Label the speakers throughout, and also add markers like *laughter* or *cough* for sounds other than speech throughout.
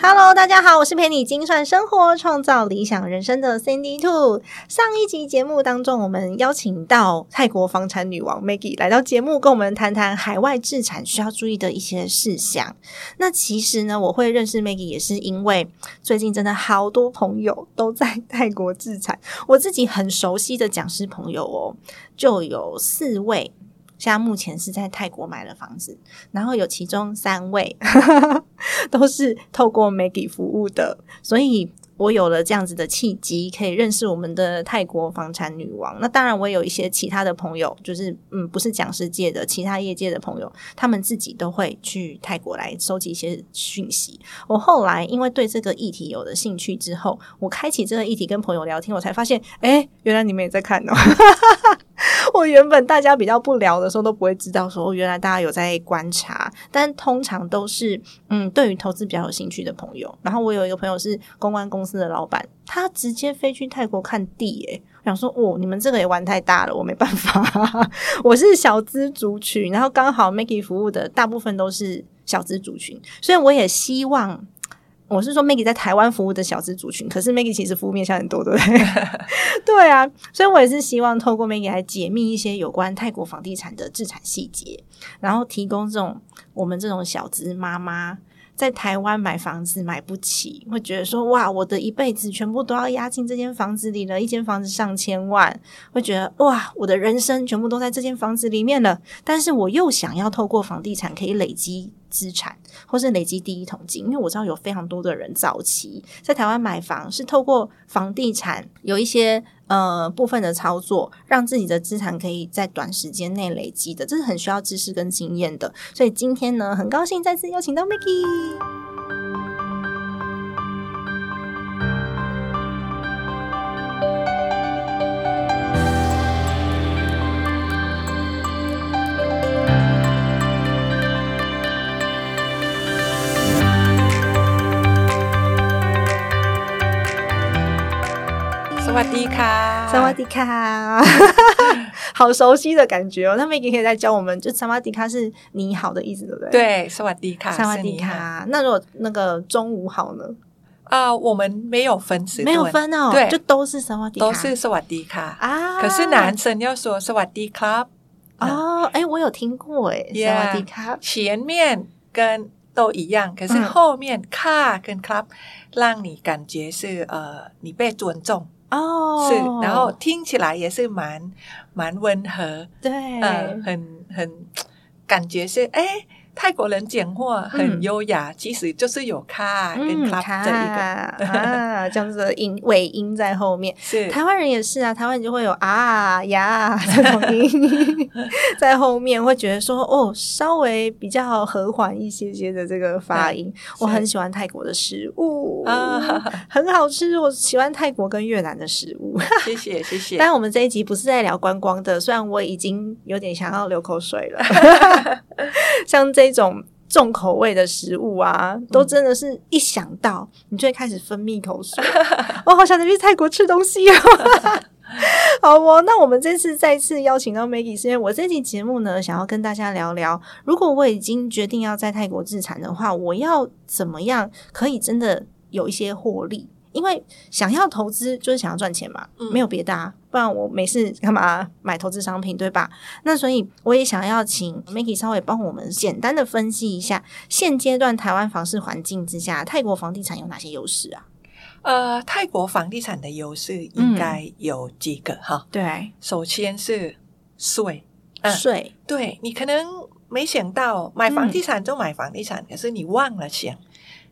Speaker 1: Hello，大家好，我是陪你精算生活、创造理想人生的 Cindy Two。上一集节目当中，我们邀请到泰国房产女王 Maggie 来到节目，跟我们谈谈海外置产需要注意的一些事项。那其实呢，我会认识 Maggie 也是因为最近真的好多朋友都在泰国置产，我自己很熟悉的讲师朋友哦，就有四位。现在目前是在泰国买了房子，然后有其中三位 *laughs* 都是透过 Maggie 服务的，所以我有了这样子的契机，可以认识我们的泰国房产女王。那当然，我也有一些其他的朋友，就是嗯，不是讲师界的，其他业界的朋友，他们自己都会去泰国来收集一些讯息。我后来因为对这个议题有了兴趣之后，我开启这个议题跟朋友聊天，我才发现，哎、原来你们也在看哦。 *laughs* 我原本大家比较不聊的时候都不会知道说，哦，原来大家有在观察，但通常都是嗯，对于投资比较有兴趣的朋友。然后我有一个朋友是公关公司的老板，他直接飞去泰国看地、耶，我想说哦，你们这个也玩太大了，我没办法。 *laughs* 我是小资族群，然后刚好 Maggie 服务的大部分都是小资族群，所以我也希望。我是说，Maggie 在台湾服务的小资族群，可是 Maggie 其实服务面向很多，对不对？ *laughs* 对啊，所以我也是希望透过 Maggie 来解密一些有关泰国房地产的制产细节，然后提供这种我们这种小资妈妈在台湾买房子买不起，会觉得说哇，我的一辈子全部都要压进这间房子里了，一间房子上千万，会觉得哇，我的人生全部都在这间房子里面了。但是我又想要透过房地产可以累积资产，或是累积第一桶金，因为我知道有非常多的人早期在台湾买房是透过房地产有一些呃部分的操作，让自己的资产可以在短时间内累积的，这是很需要知识跟经验的。所以今天呢，很高兴再次邀请到 Maggie。
Speaker 2: สวัสดีค่ะ
Speaker 1: 萨瓦迪
Speaker 2: *laughs*
Speaker 1: 卡，好熟悉的感觉哦。那 Maggie 可以再教我们，就萨瓦迪卡是你好的意思，对不对？
Speaker 2: 对，สวัสดีค่ะ
Speaker 1: 萨瓦迪
Speaker 2: 是你好
Speaker 1: 卡。那如果那个中午好呢？
Speaker 2: 啊，我们没有分时段
Speaker 1: 没有分哦，
Speaker 2: 对，
Speaker 1: 就都是萨瓦迪卡，
Speaker 2: 都是สวัสดีค่ะ。
Speaker 1: 啊。
Speaker 2: 可是男生要说สวัสดีครับ
Speaker 1: 哦，哎，我有听过哎，萨
Speaker 2: Yeah
Speaker 1: 瓦迪卡。
Speaker 2: 前面跟都一样，可是
Speaker 1: 嗯
Speaker 2: 后面ค่ะ跟 club 让你感觉是呃你被尊重，
Speaker 1: 哦，
Speaker 2: 是，然后听起来也是蛮蛮温和，
Speaker 1: 对，
Speaker 2: 呃，很很感觉是哎。泰国人讲话很
Speaker 1: 嗯
Speaker 2: 优雅，其实就是有卡跟 club 这一个，
Speaker 1: 卡啊， *laughs* 这样子的音尾音在后面。
Speaker 2: 是
Speaker 1: 台湾人也是啊，台湾就会有啊呀这种音 *laughs* 在后面，会觉得说哦，稍微比较和缓一些些的这个发音。我很喜欢泰国的食物
Speaker 2: 啊 *laughs*
Speaker 1: 很好吃。我喜欢泰国跟越南的食物。
Speaker 2: 谢谢谢谢。
Speaker 1: 但我们这一集不是在聊观光的，虽然我已经有点想要流口水了。
Speaker 2: *laughs*
Speaker 1: 像这种重口味的食物
Speaker 2: 嗯
Speaker 1: 啊，都真的是一想到你就会开始分泌口
Speaker 2: *laughs*
Speaker 1: 水，我好想再去泰国吃东西哦。 *laughs* 好哦，那我们这次再次邀请到 Maggie，是因为我这期节目呢，想要跟大家聊聊，如果我已经决定要在泰国自产的话，我要怎么样可以真的有一些获利？因为想要投资就是想要赚钱嘛，
Speaker 2: 嗯
Speaker 1: 没有别的啊，不然我没事干嘛买投资商品对吧？那所以我也想要请 Maggie 稍微帮我们简单的分析一下，现阶段台湾房市环境之下，泰国房地产有哪些优势啊？
Speaker 2: 呃，泰国房地产的优势应该有几个、哈？
Speaker 1: 对，
Speaker 2: 首先是税，嗯
Speaker 1: 税
Speaker 2: 对你可能没想到买房地产就买房地产，可是你忘了想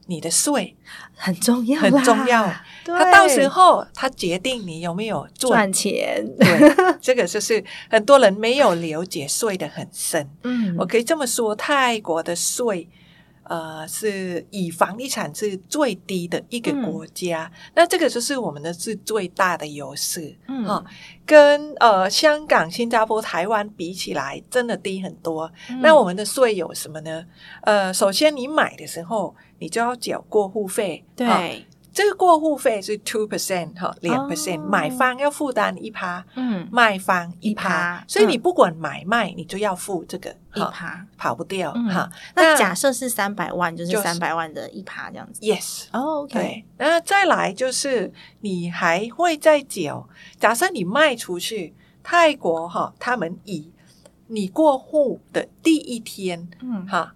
Speaker 2: 你的 *laughs* 税
Speaker 1: 很重要啦，
Speaker 2: 很重要。
Speaker 1: 对。
Speaker 2: 他到时候他决定你有没有 *laughs* 做。
Speaker 1: 赚钱，
Speaker 2: 对，这个就是很多人没有了解税的很深。
Speaker 1: 嗯
Speaker 2: 我可以这么说，泰国的税，呃，是以房地产是最低的一个
Speaker 1: 嗯
Speaker 2: 国家，那这个就是我们的是最大的优势。
Speaker 1: 嗯
Speaker 2: 啊跟呃香港、新加坡、台湾比起来，真的低很多。
Speaker 1: 嗯
Speaker 2: 那我们的税有什么呢？呃，首先你买的时候，你就要缴过户费，啊
Speaker 1: 对，
Speaker 2: 这个过户费是 two percent 哈，两 percent，、
Speaker 1: 哦
Speaker 2: 买方要负担一趴，
Speaker 1: 嗯，
Speaker 2: 卖方一
Speaker 1: 1%
Speaker 2: 趴，所以
Speaker 1: 嗯
Speaker 2: 你不管买卖，你就要付这个
Speaker 1: 一
Speaker 2: 哈
Speaker 1: 趴。
Speaker 2: 跑不掉
Speaker 1: 嗯
Speaker 2: 哈。
Speaker 1: 那假设是三百万，就是
Speaker 2: 就是
Speaker 1: 三百万的一趴这样子。
Speaker 2: yes
Speaker 1: 哦，OK，
Speaker 2: 对，那再来就是你还会再缴。假设你卖出去，泰国哈，他们以你过户的第一天
Speaker 1: 嗯，
Speaker 2: 哈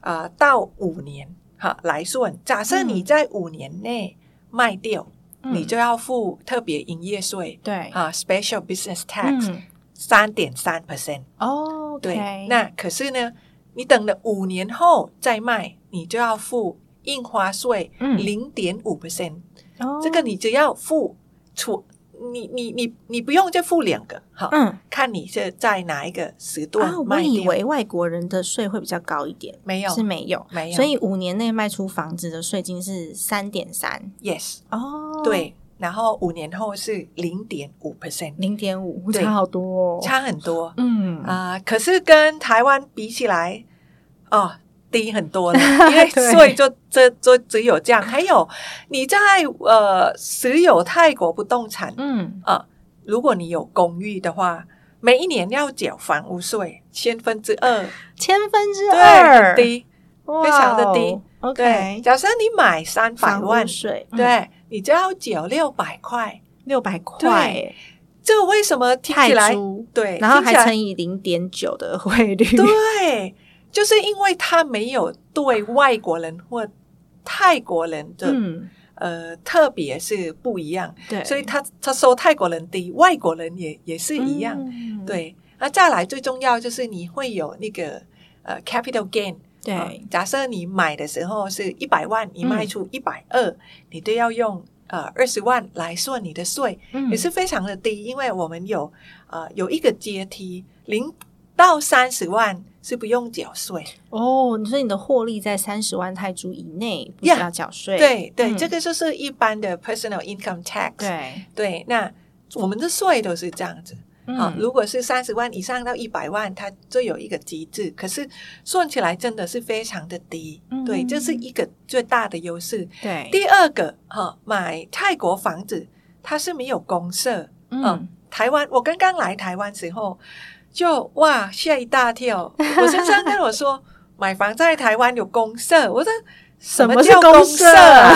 Speaker 2: 啊、到五年哈来算，假设你
Speaker 1: 嗯
Speaker 2: 在五年内卖掉，
Speaker 1: 嗯
Speaker 2: 你就要付特别营业税
Speaker 1: 对，
Speaker 2: 啊 （special business tax）
Speaker 1: 嗯，
Speaker 2: 三点三 percent。
Speaker 1: 哦，
Speaker 2: 对那可是呢，你等了五年后再卖，你就要付印花税
Speaker 1: 嗯
Speaker 2: 零点五 percent，
Speaker 1: 哦
Speaker 2: 这个你只要付除，你你你你不用再付两个哈，
Speaker 1: 嗯
Speaker 2: 看你是在哪一个时段
Speaker 1: 啊，我
Speaker 2: 卖
Speaker 1: 以
Speaker 2: 掉。
Speaker 1: 为外国人的税会比较高一点，
Speaker 2: 没有
Speaker 1: 是没有，
Speaker 2: 没有
Speaker 1: 所以五年内卖出房子的税金是三点三
Speaker 2: yes
Speaker 1: 哦，，
Speaker 2: 对，然后五年后是零点五 percent，
Speaker 1: 零点五
Speaker 2: 对
Speaker 1: 差好多、哦，
Speaker 2: 差很多
Speaker 1: 嗯
Speaker 2: 啊、可是跟台湾比起来，哦。低很多了，因为
Speaker 1: *laughs* 对
Speaker 2: 所以就这就只有这样。还有你在呃持有泰国不动产
Speaker 1: 嗯
Speaker 2: 啊，如果你有公寓的话，每一年要缴房屋税千分之二，
Speaker 1: 千分之
Speaker 2: 对，
Speaker 1: 二，
Speaker 2: 很低。
Speaker 1: 哇哦，
Speaker 2: 非常的低对，
Speaker 1: ，OK，
Speaker 2: 假设你买三百
Speaker 1: 房
Speaker 2: 万
Speaker 1: 屋，税，嗯
Speaker 2: 对，你就要缴六百块。
Speaker 1: 六百块
Speaker 2: 这为什么听起
Speaker 1: 泰
Speaker 2: 来
Speaker 1: 铢，
Speaker 2: 对？
Speaker 1: 然后
Speaker 2: 听起
Speaker 1: 还
Speaker 2: 来
Speaker 1: 乘以零点九的汇率，
Speaker 2: 对， *laughs* 就是因为他没有对外国人或泰国人的、
Speaker 1: 嗯，
Speaker 2: 呃，特别是不一样，
Speaker 1: 对，
Speaker 2: 所以他他收泰国人低，外国人也也是一样。
Speaker 1: 嗯，
Speaker 2: 对，那再来最重要就是你会有那个呃 capital gain。呃
Speaker 1: 对，
Speaker 2: 假设你买的时候是一百万，你卖
Speaker 1: 嗯
Speaker 2: 出一百二，你都要用呃二十万来算你的税，
Speaker 1: 嗯
Speaker 2: 也是非常的低，因为我们有呃有一个阶梯，零到三十万是不用缴税。
Speaker 1: 哦，所以你的获利在三十万泰铢以内不需
Speaker 2: Yeah，
Speaker 1: 要缴税，
Speaker 2: 对对，
Speaker 1: 嗯
Speaker 2: 这个就是一般的 personal income tax。
Speaker 1: 对，
Speaker 2: 对，那我们的税都是这样子。啊，
Speaker 1: 嗯
Speaker 2: 如果是三十万以上到一百万，它就有一个机制。可是算起来真的是非常的低，
Speaker 1: 嗯
Speaker 2: 对，这是一个最大的优势。
Speaker 1: 对，
Speaker 2: 第二个哈、买泰国房子它是没有公社。
Speaker 1: 嗯
Speaker 2: 嗯，台湾我刚刚来台湾时候，就哇吓一
Speaker 1: *laughs*
Speaker 2: 大跳。我先生跟我说，买房在台湾有公社，我说什
Speaker 1: 么是
Speaker 2: 叫
Speaker 1: 公 *laughs*
Speaker 2: 社 *laughs* 啊？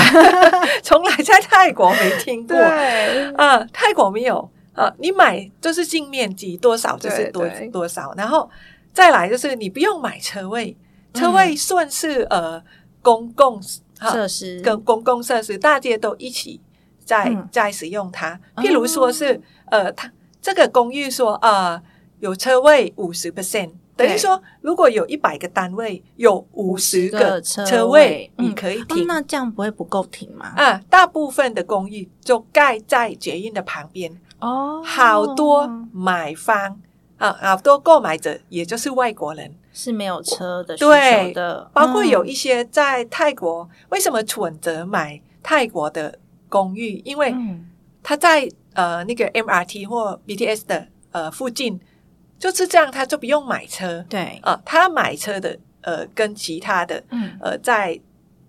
Speaker 2: 从来在泰国没听过。
Speaker 1: 对，
Speaker 2: 啊，泰国没有啊，你买就是净面积多少就是
Speaker 1: 对
Speaker 2: 多
Speaker 1: 对
Speaker 2: 多少，然后再来就是你不用买车位，车
Speaker 1: 嗯
Speaker 2: 位算是、呃公共哈
Speaker 1: 设施哦
Speaker 2: 跟公共设施，大家都一起在、
Speaker 1: 嗯
Speaker 2: 在使用它。
Speaker 1: 哦
Speaker 2: 譬如说是、呃，它这个公寓说啊、呃有车位五十 percent。等于
Speaker 1: 对
Speaker 2: 说，如果有一百个单位，有五十
Speaker 1: 50
Speaker 2: 个
Speaker 1: 个车
Speaker 2: 车
Speaker 1: 位
Speaker 2: 位，
Speaker 1: 嗯
Speaker 2: 你可以
Speaker 1: 哦
Speaker 2: 停。
Speaker 1: 那这样不会不够停吗？
Speaker 2: 啊，大部分的公寓就盖在捷运的旁边，
Speaker 1: 哦，
Speaker 2: 好多买方啊，好多购买者，也就是外国人，
Speaker 1: 是没有车的需
Speaker 2: 对
Speaker 1: 求的，
Speaker 2: 包括有
Speaker 1: 嗯
Speaker 2: 一些在泰国，为什么蠢则买泰国的公寓？因为
Speaker 1: 嗯
Speaker 2: 他在呃那个 MRT 或 BTS 的呃附近，就是这样，他就不用买车
Speaker 1: 对，
Speaker 2: 啊，他买车的呃跟其他的
Speaker 1: 嗯
Speaker 2: 呃在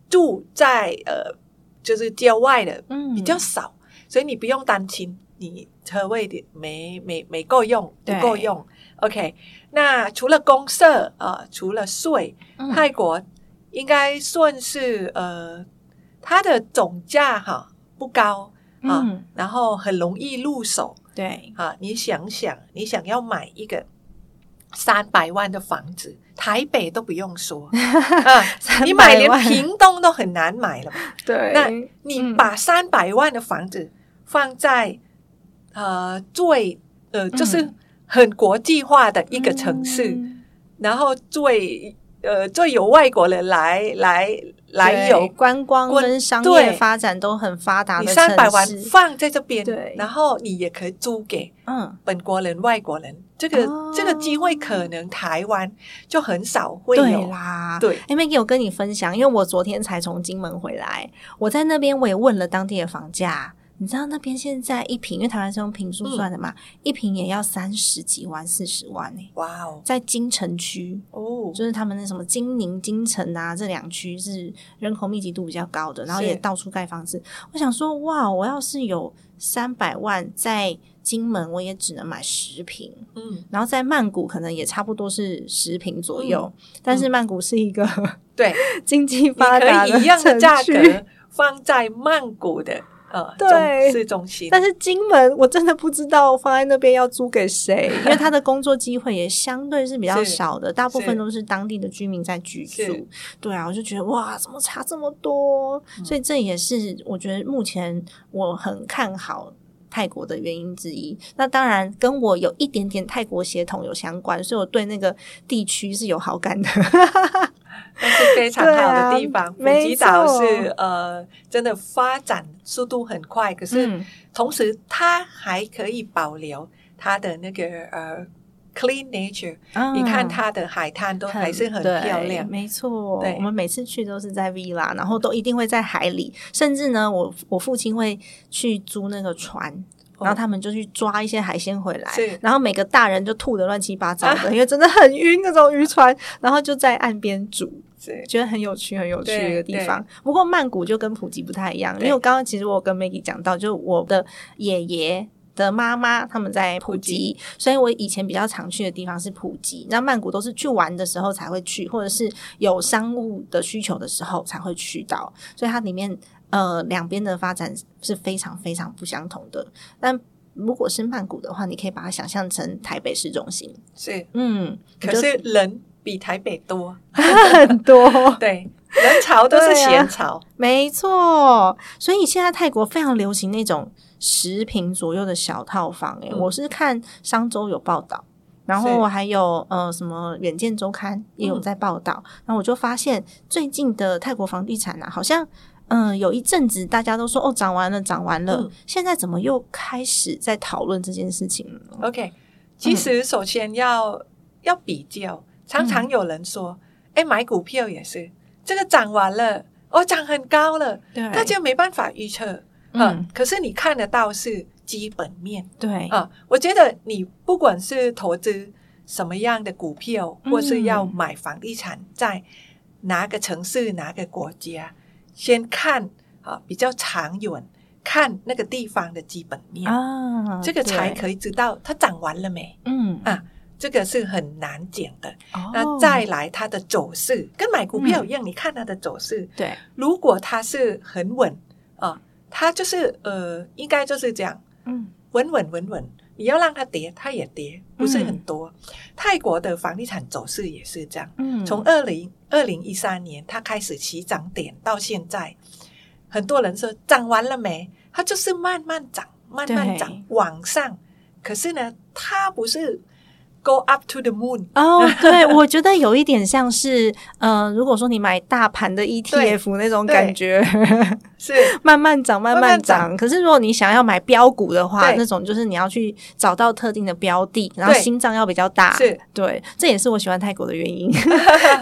Speaker 2: 住在呃就是郊外的
Speaker 1: 嗯
Speaker 2: 比较少，所以你不用担心你车位的没没没够用，不
Speaker 1: 对
Speaker 2: 够用。OK，那除了公社啊、呃除了税，
Speaker 1: 嗯
Speaker 2: 泰国应该算是呃，它的总价哈、不高啊，
Speaker 1: 嗯
Speaker 2: 然后很容易入手
Speaker 1: 对，
Speaker 2: 啊。你想想，你想要买一个三百万的房子，台北都不用
Speaker 1: *laughs*
Speaker 2: 说啊，你买
Speaker 1: 300
Speaker 2: 连
Speaker 1: 万
Speaker 2: 屏东都很难买了吧？
Speaker 1: 对
Speaker 2: 那你
Speaker 1: 嗯
Speaker 2: 把三百万的房子放在、呃最呃就是很国际化的一个城市，
Speaker 1: 嗯嗯
Speaker 2: 然后最呃，最有外国人来来
Speaker 1: 对
Speaker 2: 来有
Speaker 1: 观光
Speaker 2: 观
Speaker 1: 跟商业
Speaker 2: 对
Speaker 1: 发展都很发达
Speaker 2: 你
Speaker 1: 的
Speaker 2: 三百
Speaker 1: 城
Speaker 2: 万
Speaker 1: 市，
Speaker 2: 放在这边，
Speaker 1: 对
Speaker 2: 然后你也可以租给
Speaker 1: 嗯，
Speaker 2: 本国人、外国人。这个、
Speaker 1: 哦
Speaker 2: 这个机会可能台湾就很少会
Speaker 1: 对
Speaker 2: 有。
Speaker 1: 啦，
Speaker 2: 对，
Speaker 1: 哎、m a g g i e 我跟你分享，因为我昨天才从金门回来，我在那边我也问了当地的房价，你知道那边现在一平，因为台湾是用平数算的嘛，一平也要三十几万、四十万呢、
Speaker 2: 哇哦，
Speaker 1: 在金城区，
Speaker 2: 哦，
Speaker 1: 就是他们那什么金宁、金城啊，这两区是人口密集度比较高的，然后
Speaker 2: 是
Speaker 1: 也到处盖房子。我想说，哇，我要是有三百万在金门，我也只能买十平。
Speaker 2: 嗯，
Speaker 1: 然后在曼谷可能也差不多是十平左右，但是曼谷是一个、
Speaker 2: 对，
Speaker 1: 经济
Speaker 2: 你
Speaker 1: 发达
Speaker 2: 可以一样的
Speaker 1: 城
Speaker 2: 价
Speaker 1: 区
Speaker 2: 格放在曼谷的呃
Speaker 1: 对
Speaker 2: 中市中心，
Speaker 1: 但是金门我真的不知道放在那边要租给
Speaker 2: *laughs*
Speaker 1: 谁，因为他的工作机会也相对是比较
Speaker 2: 是
Speaker 1: 少的，大部分
Speaker 2: 是
Speaker 1: 都是当地的居民在居住
Speaker 2: 是。
Speaker 1: 对啊，我就觉得哇，怎么差这么多？
Speaker 2: 嗯
Speaker 1: 所以这也是我觉得目前我很看好。泰国的原因之一，那当然跟我有一点点泰国血统有相关，所以我对那个地区是有好感的。
Speaker 2: 但是非常好的地方。
Speaker 1: 对啊
Speaker 2: 普吉岛
Speaker 1: 没
Speaker 2: 是
Speaker 1: 错
Speaker 2: 呃，真的发展速度很快，
Speaker 1: *laughs*
Speaker 2: 可是
Speaker 1: 嗯
Speaker 2: 同时它还可以保留它的那个呃 clean nature。你
Speaker 1: 嗯
Speaker 2: 看
Speaker 1: 他。
Speaker 2: 它的海滩都还是很
Speaker 1: 对
Speaker 2: 漂亮，
Speaker 1: 没错。
Speaker 2: 对
Speaker 1: 我们每次去都是在 villa，然后都一定会在海里，甚至呢，我我父亲会去租那个船。
Speaker 2: 哦
Speaker 1: 然后他们就去抓一些海鲜回来
Speaker 2: 是，
Speaker 1: 然后每个大人就吐的乱七八糟的，因为真的很晕那种渔船，然后就在岸边煮，
Speaker 2: 是
Speaker 1: 觉得很有趣，很有趣的一个地
Speaker 2: 对
Speaker 1: 方。不过曼谷就跟普吉不太一样，因
Speaker 2: 对
Speaker 1: 为我刚刚其实我有跟 Maggie 讲到，就是我的爷爷。的妈妈他们在普吉，所以我以前比较常去的地方是普吉。那曼谷都是去玩的时候才会去，或者是有商务的需求的时候才会去到。所以它里面呃两边的发展是非常非常不相同的。但如果是曼谷的话，你可以把它想象成台北市中心，
Speaker 2: 是，
Speaker 1: 嗯，你
Speaker 2: 可
Speaker 1: 就是 *laughs*
Speaker 2: 人比台北多，
Speaker 1: 很多，
Speaker 2: 对，人潮都是
Speaker 1: 对啊
Speaker 2: 闲潮，
Speaker 1: 没错，所以现在泰国非常流行那种十平左右的小套房、欸。
Speaker 2: 嗯
Speaker 1: 我是看商周有报道，然后
Speaker 2: 是
Speaker 1: 还有呃什么远见周刊也有在报
Speaker 2: 嗯
Speaker 1: 道，然后我就发现最近的泰国房地产啊，好像。嗯，有一阵子大家都说哦，涨完了，涨完了，
Speaker 2: 嗯
Speaker 1: 现在怎么又开始在讨论这件事情了呢？
Speaker 2: OK，其实首先要、要比较，常常有人说，哎、买股票也是，这个涨完了，哦，涨很高了，
Speaker 1: 对
Speaker 2: 大家没办法预测，
Speaker 1: 嗯、
Speaker 2: 嗯，可是你看得到是基本面
Speaker 1: 对，
Speaker 2: 啊、我觉得你不管是投资什么样的股票，
Speaker 1: 嗯
Speaker 2: 或是要买房地产，在哪个城市、哪个国家，先看啊比较长远，看那个地方的基本面。
Speaker 1: 啊，
Speaker 2: 嗯这个才
Speaker 1: 对
Speaker 2: 可以知道它涨完了没，
Speaker 1: 嗯
Speaker 2: 啊这个是很难讲的。
Speaker 1: 哦嗯
Speaker 2: 那再来它的走势，跟买股票一样，你看它的走势，
Speaker 1: 对
Speaker 2: 如果它是很稳啊，它就是呃，应该就是这样，
Speaker 1: 嗯
Speaker 2: 稳稳稳稳。你要让它跌，它也跌，不是很多。泰国的房地产走势也是这样，
Speaker 1: 嗯
Speaker 2: 从二零二零一三年它开始起涨点到现在，很多人说涨完了没？它就是慢慢涨，慢慢
Speaker 1: 对
Speaker 2: 涨往上。可是呢，它不是 go up to the moon， *laughs*
Speaker 1: 哦，对，我觉得有一点像是，呃，如果说你买大盘的 ETF 那种感觉， *laughs*
Speaker 2: 是
Speaker 1: 慢慢涨，慢
Speaker 2: 慢
Speaker 1: 慢
Speaker 2: 慢
Speaker 1: 涨。
Speaker 2: 涨
Speaker 1: 可是如果你想要买标股的话，
Speaker 2: 对
Speaker 1: 那种就是你要去找到特定的标的，然后
Speaker 2: 对
Speaker 1: 心脏要比较大。
Speaker 2: 是，
Speaker 1: 对，这也是我喜欢泰国的原因，
Speaker 2: *laughs*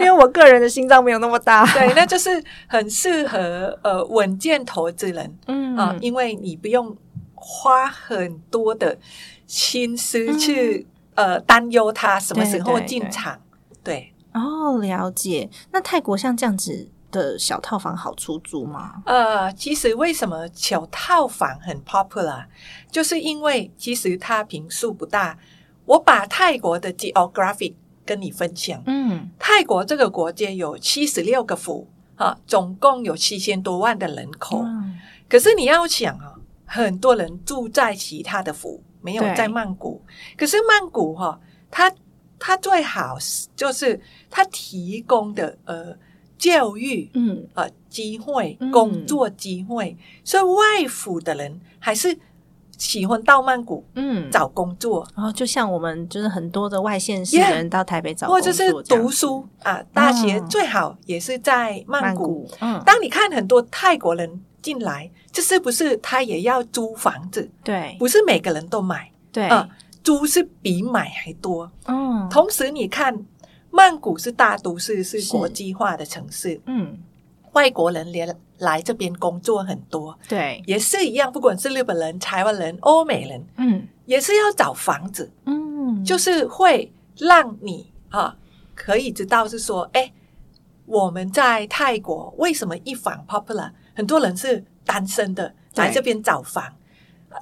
Speaker 1: 因 为我个人的心脏没有那么大。
Speaker 2: 对，那就是很适合呃稳健投资人
Speaker 1: 嗯
Speaker 2: 啊、因为你不用花很多的心思去、呃担忧它什么时候
Speaker 1: 嗯对对
Speaker 2: 进
Speaker 1: 对
Speaker 2: 场。对，
Speaker 1: 哦，了解。那泰国像这样子的小套房好出租吗？
Speaker 2: 呃，其实为什么小套房很 popular，就是因为其实它平数不大。我把泰国的 geographic 跟你分享。
Speaker 1: 嗯，
Speaker 2: 泰国这个国家有七十六个府啊，总共有七千多万的人口。
Speaker 1: 嗯
Speaker 2: 可是你要想啊，很多人住在其他的府，没有
Speaker 1: 对
Speaker 2: 在曼谷。可是曼谷哈、它它最好是就是它提供的呃教育，
Speaker 1: 嗯，
Speaker 2: 呃机会
Speaker 1: 嗯、
Speaker 2: 工作机会，所以外府的人还是喜欢到曼谷
Speaker 1: 嗯，
Speaker 2: 找工作，
Speaker 1: 然后就像我们就是很多的外县市的
Speaker 2: Yeah
Speaker 1: 人到台北找
Speaker 2: 或
Speaker 1: 工作，
Speaker 2: 者是
Speaker 1: 这样
Speaker 2: 读书啊，大学
Speaker 1: 嗯
Speaker 2: 最好也是在曼
Speaker 1: 曼
Speaker 2: 谷。
Speaker 1: 谷，嗯，
Speaker 2: 当你看很多泰国人进来，这是不是他也要租房子？
Speaker 1: 对
Speaker 2: 不是每个人都买，
Speaker 1: 对，
Speaker 2: 嗯租是比买还多。
Speaker 1: 嗯
Speaker 2: 同时，你看曼谷是大都市，是
Speaker 1: 是
Speaker 2: 国际化的城市，
Speaker 1: 嗯，
Speaker 2: 外国人连来这边工作很多，
Speaker 1: 对，
Speaker 2: 也是一样，不管是日本人、台湾人、欧美人，
Speaker 1: 嗯
Speaker 2: 也是要找房子，
Speaker 1: 嗯，
Speaker 2: 就是会让你啊可以知道是说，哎，我们在泰国为什么一房 popular，很多人是单身的
Speaker 1: 对
Speaker 2: 来这边找房，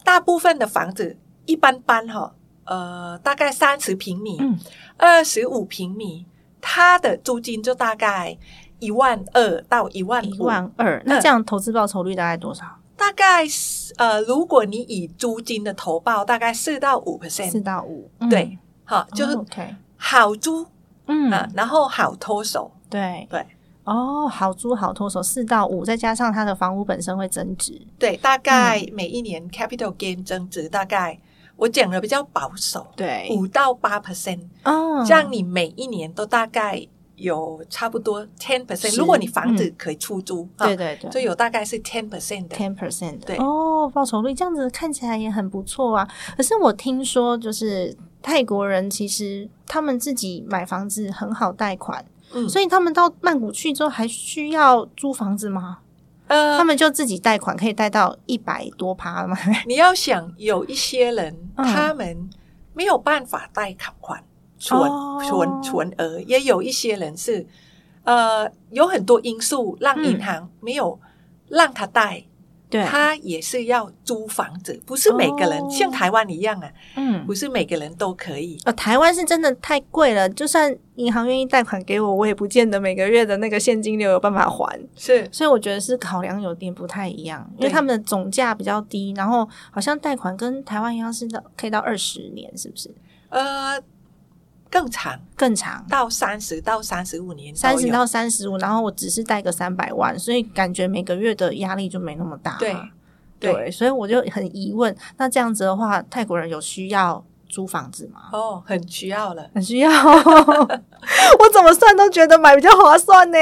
Speaker 2: 大部分的房子一般般哈、呃，大概三十平米，
Speaker 1: 嗯
Speaker 2: 二十五平米，它的租金就大概一万二到一万
Speaker 1: 一
Speaker 2: 五，
Speaker 1: 万二，那这样投资报酬率大概多少？
Speaker 2: 大概是呃，如果你以租金的投报，大概四到五
Speaker 1: 四
Speaker 2: percent，
Speaker 1: 到五，
Speaker 2: 对，哈、
Speaker 1: 嗯，
Speaker 2: 就是
Speaker 1: 哦 OK，
Speaker 2: 好租
Speaker 1: 嗯，
Speaker 2: 啊，然后好脱手，
Speaker 1: 对
Speaker 2: 对。
Speaker 1: 哦，好租好脱手四到五，再加上它的房屋本身会增值，
Speaker 2: 对，大概每
Speaker 1: 嗯
Speaker 2: 一年 capital gain 增值大概我讲的比较保守，
Speaker 1: 对
Speaker 2: 五到八 percent，
Speaker 1: 哦，
Speaker 2: 这样你每一年都大概有差不多 ten
Speaker 1: 是
Speaker 2: percent，如果你房子可以出租，
Speaker 1: 嗯对
Speaker 2: 啊，
Speaker 1: 对对，
Speaker 2: 就有大概是 ten percent 的，
Speaker 1: ten percent
Speaker 2: 对
Speaker 1: 哦，报酬率这样子看起来也很不错啊。可是我听说，就是泰国人其实他们自己买房子很好贷款，
Speaker 2: 嗯，
Speaker 1: 所以他们到曼谷去之后还需要租房子吗？
Speaker 2: 呃
Speaker 1: 他，们就自己贷款可以贷到一百多趴
Speaker 2: *laughs*
Speaker 1: 吗？
Speaker 2: 你要想有一些人，
Speaker 1: 嗯
Speaker 2: 他们没有办法贷款存
Speaker 1: 哦
Speaker 2: 存存额，也有一些人是，呃，有很多因素让银行没有让他贷，
Speaker 1: 对，
Speaker 2: 他也是要租房子，不是每个人、
Speaker 1: 哦
Speaker 2: 像台湾一样啊，
Speaker 1: 嗯
Speaker 2: 不。是每个人都可以。
Speaker 1: 呃，台湾是真的太贵了，就算银行愿意贷款给我，我也不见得每个月的那个现金流有办法还。
Speaker 2: 是
Speaker 1: 所以我觉得是考量有点不太一样，因
Speaker 2: 对
Speaker 1: 为他们的总价比较低，然后好像贷款跟台湾一样是到可以到二十年，是不是
Speaker 2: 呃，更长
Speaker 1: 更长？
Speaker 2: 到三十到三十五年都
Speaker 1: 三十
Speaker 2: 哦有
Speaker 1: 到三十五，然后我只是贷个三百万，所以感觉每个月的压力就没那么大。
Speaker 2: 对
Speaker 1: 对
Speaker 2: 对
Speaker 1: 所以我就很疑问，那这样子的话，泰国人有需要租房子吗？
Speaker 2: 哦， *laughs* 很需要了。
Speaker 1: 很需要， *laughs* 我怎么算都觉得买比较划算
Speaker 2: *laughs*
Speaker 1: 呢。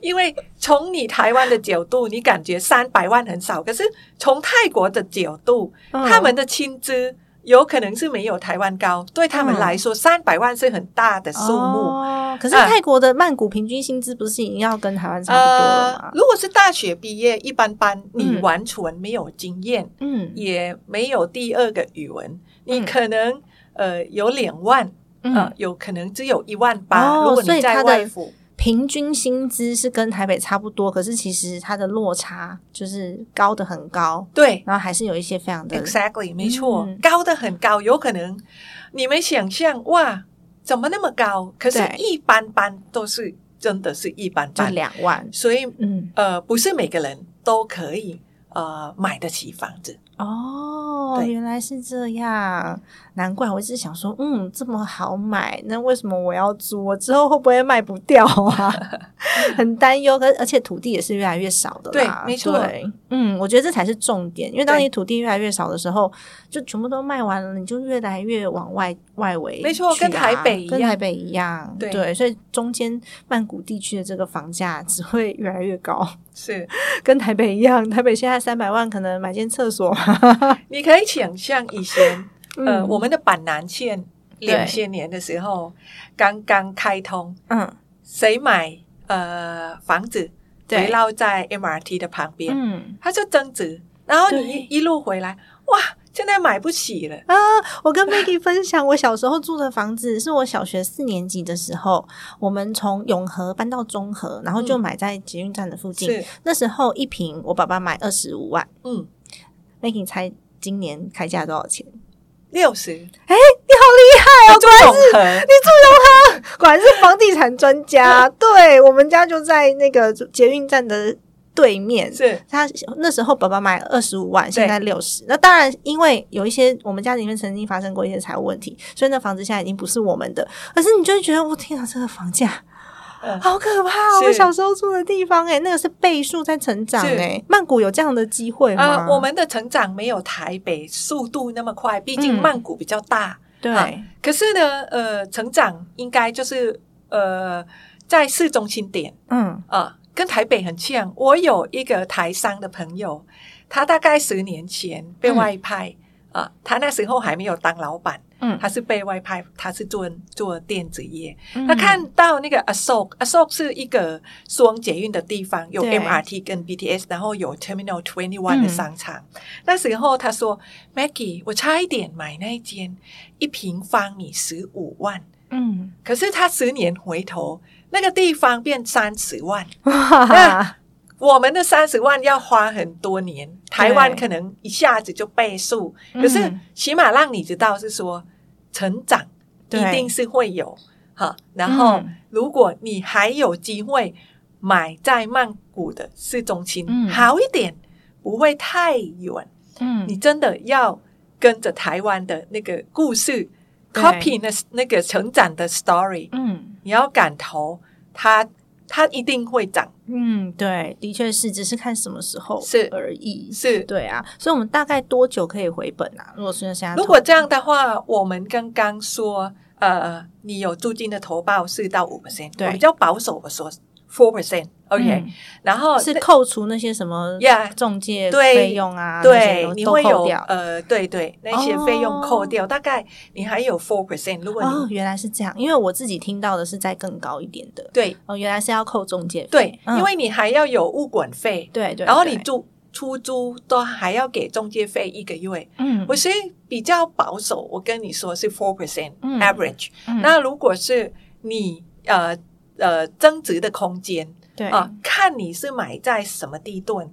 Speaker 2: 因为从你台湾的角度，你感觉三百万很少，可是从泰国的角度，
Speaker 1: 嗯
Speaker 2: 他们的薪资有可能是没有台湾高，对他们
Speaker 1: 嗯
Speaker 2: 来说，三百万是很大的数目。
Speaker 1: 哦，可是
Speaker 2: 嗯
Speaker 1: 泰国的曼谷平均薪资不是已经要跟台湾差不多了
Speaker 2: 呃
Speaker 1: 吗，？
Speaker 2: 如果是大学毕业，一般般，你
Speaker 1: 嗯
Speaker 2: 完全没有经验，
Speaker 1: 嗯
Speaker 2: 也没有第二个语文，你
Speaker 1: 嗯
Speaker 2: 可能呃有两万，呃
Speaker 1: 嗯，，
Speaker 2: 有可能只有一万八。
Speaker 1: 哦
Speaker 2: 如果
Speaker 1: 所以
Speaker 2: 你在
Speaker 1: 他的
Speaker 2: 外府，
Speaker 1: 平均薪资是跟台北差不多，可是其实它的落差就是高的很高，
Speaker 2: 对，
Speaker 1: 然后还是有一些非常的
Speaker 2: Exactly，没错，
Speaker 1: 嗯
Speaker 2: 高的很高，有可能你们想象哇，怎么那么高？可是
Speaker 1: 对，
Speaker 2: 一般般都是真的是一般
Speaker 1: 就
Speaker 2: 般，
Speaker 1: 两万，
Speaker 2: 所以
Speaker 1: 嗯，
Speaker 2: 呃，不是每个人都可以呃买得起房子。
Speaker 1: 哦，
Speaker 2: 对
Speaker 1: 原来是这样，难怪我一直想说，嗯，这么好买，那为什么我要租？我之后会不会卖不掉啊？ *laughs* 很担忧，可而且土地也是越来越少的啦，
Speaker 2: 对没错
Speaker 1: 对嗯，我觉得这才是重点，因为当
Speaker 2: 对
Speaker 1: 你土地越来越少的时候，就全部都卖完了，你就越来越往外外围去啊、
Speaker 2: 没错跟台北一样
Speaker 1: 跟台北一样，
Speaker 2: 对
Speaker 1: 所以中间曼谷地区的这个房价 *laughs* 只会越来越高，
Speaker 2: 是，
Speaker 1: 跟台北一样，台北现在三百万可能买间厕所嘛，
Speaker 2: 你可以想象以前呃
Speaker 1: 嗯
Speaker 2: 我们的板南线
Speaker 1: 对
Speaker 2: 两千年的时候刚刚开通，
Speaker 1: 嗯，
Speaker 2: 谁买呃房子围
Speaker 1: 对，
Speaker 2: 绕在 MRT 的旁边，
Speaker 1: 嗯
Speaker 2: 它就增值，然后你
Speaker 1: 对
Speaker 2: 一一路回来，哇，现在买不起了。
Speaker 1: 啊，我跟
Speaker 2: *laughs*
Speaker 1: Maggie 分享，我小时候住的房子是我小学四年级的时候，我们从永和搬到中和，然后就
Speaker 2: 嗯
Speaker 1: 买在捷运站的附近。
Speaker 2: 是，
Speaker 1: 那时候一平我爸爸买二十五万
Speaker 2: 嗯，
Speaker 1: ，Maggie 猜今年开价多少钱？你
Speaker 2: 六十，
Speaker 1: 好厉害哦！果然
Speaker 2: 永和，
Speaker 1: 果然是房地产专
Speaker 2: *laughs*
Speaker 1: 家。对我们家就在那个捷运站的对面，
Speaker 2: 是
Speaker 1: 他那时候爸爸买二十五万，
Speaker 2: 对
Speaker 1: 现在六十。那当然，因为有一些我们家里面曾经发生过一些财务问题，所以那房子现在已经不是我们的。可是你就会觉得，我天啊，这个房价
Speaker 2: 嗯
Speaker 1: 好可怕哦！
Speaker 2: 是
Speaker 1: 我小时候住的地方、哎，那个是倍数在成长、
Speaker 2: 是
Speaker 1: 哎，曼谷有这样的机会吗？
Speaker 2: 呃，我们的成长没有台北速度那么快，毕竟
Speaker 1: 嗯
Speaker 2: 曼谷比较大。
Speaker 1: 对、
Speaker 2: 啊可是呢，呃，成长应该就是呃，在市中心点
Speaker 1: 嗯，
Speaker 2: 啊、跟台北很像。我有一个台商的朋友，他大概十年前被外派啊、他那时候还没有当老板，
Speaker 1: 嗯
Speaker 2: 他是被外派，他是做做电子业。
Speaker 1: 嗯，
Speaker 2: 他看到那个 Asok，Asok 是一个双捷运的地方，有
Speaker 1: 对
Speaker 2: MRT 跟 BTS，然后有 Terminal Twenty
Speaker 1: 嗯
Speaker 2: One 的商场。那时候他说：“Maggie，我差一点买那一间，一平方米十五万。
Speaker 1: 嗯，
Speaker 2: *laughs* 可是他十年回头，那个地方变三十万。
Speaker 1: 哇，
Speaker 2: 我们的三十万要花很多年，台湾可能一下子就倍数。
Speaker 1: 嗯
Speaker 2: 可是起码让你知道是说成长
Speaker 1: 对
Speaker 2: 一定是会有哈。然后
Speaker 1: 嗯
Speaker 2: 如果你还有机会买在曼谷的市中心，
Speaker 1: 嗯
Speaker 2: 好一点，不会太远。
Speaker 1: 嗯
Speaker 2: 你真的要跟着台湾的那个故事
Speaker 1: 对
Speaker 2: ，copy 那那个成长的 story，
Speaker 1: 嗯
Speaker 2: 你要敢投，它它一定会长。
Speaker 1: 嗯，对，的确是，只是看什么时候
Speaker 2: 是
Speaker 1: 而已。
Speaker 2: 是
Speaker 1: 对啊，所以我们大概多久可以回本啊？如果是现在投，
Speaker 2: 如果这样的话，我们刚刚说，呃，你有租金的投报四到五 percent，
Speaker 1: 对
Speaker 2: 我比较保守，我说 four percent，OK，、
Speaker 1: 嗯
Speaker 2: 然后
Speaker 1: 是
Speaker 2: 那
Speaker 1: 扣除那些什么
Speaker 2: 哦 Yeah，
Speaker 1: 中介
Speaker 2: 对
Speaker 1: 费用啊，那些
Speaker 2: 对
Speaker 1: 都，
Speaker 2: 你
Speaker 1: 都
Speaker 2: 会有
Speaker 1: 扣掉。
Speaker 2: 呃，对对，那些费用扣掉，大概你还有 four percent，如果你、
Speaker 1: 哦，原来是这样，因为我自己听到的是在更高一点的。
Speaker 2: 对
Speaker 1: 哦，原来是要扣中介费。
Speaker 2: 对、
Speaker 1: 嗯
Speaker 2: 因为你还要有物管费，
Speaker 1: 对对，
Speaker 2: 然后
Speaker 1: 对
Speaker 2: 你住出租都还要给中介费一个月，
Speaker 1: 嗯，
Speaker 2: 我是比较保守，我跟你说是 four percent
Speaker 1: 嗯
Speaker 2: average，、
Speaker 1: 嗯
Speaker 2: 那如果是你呃呃增值的空间
Speaker 1: 对
Speaker 2: 啊、看你是买在什么地段。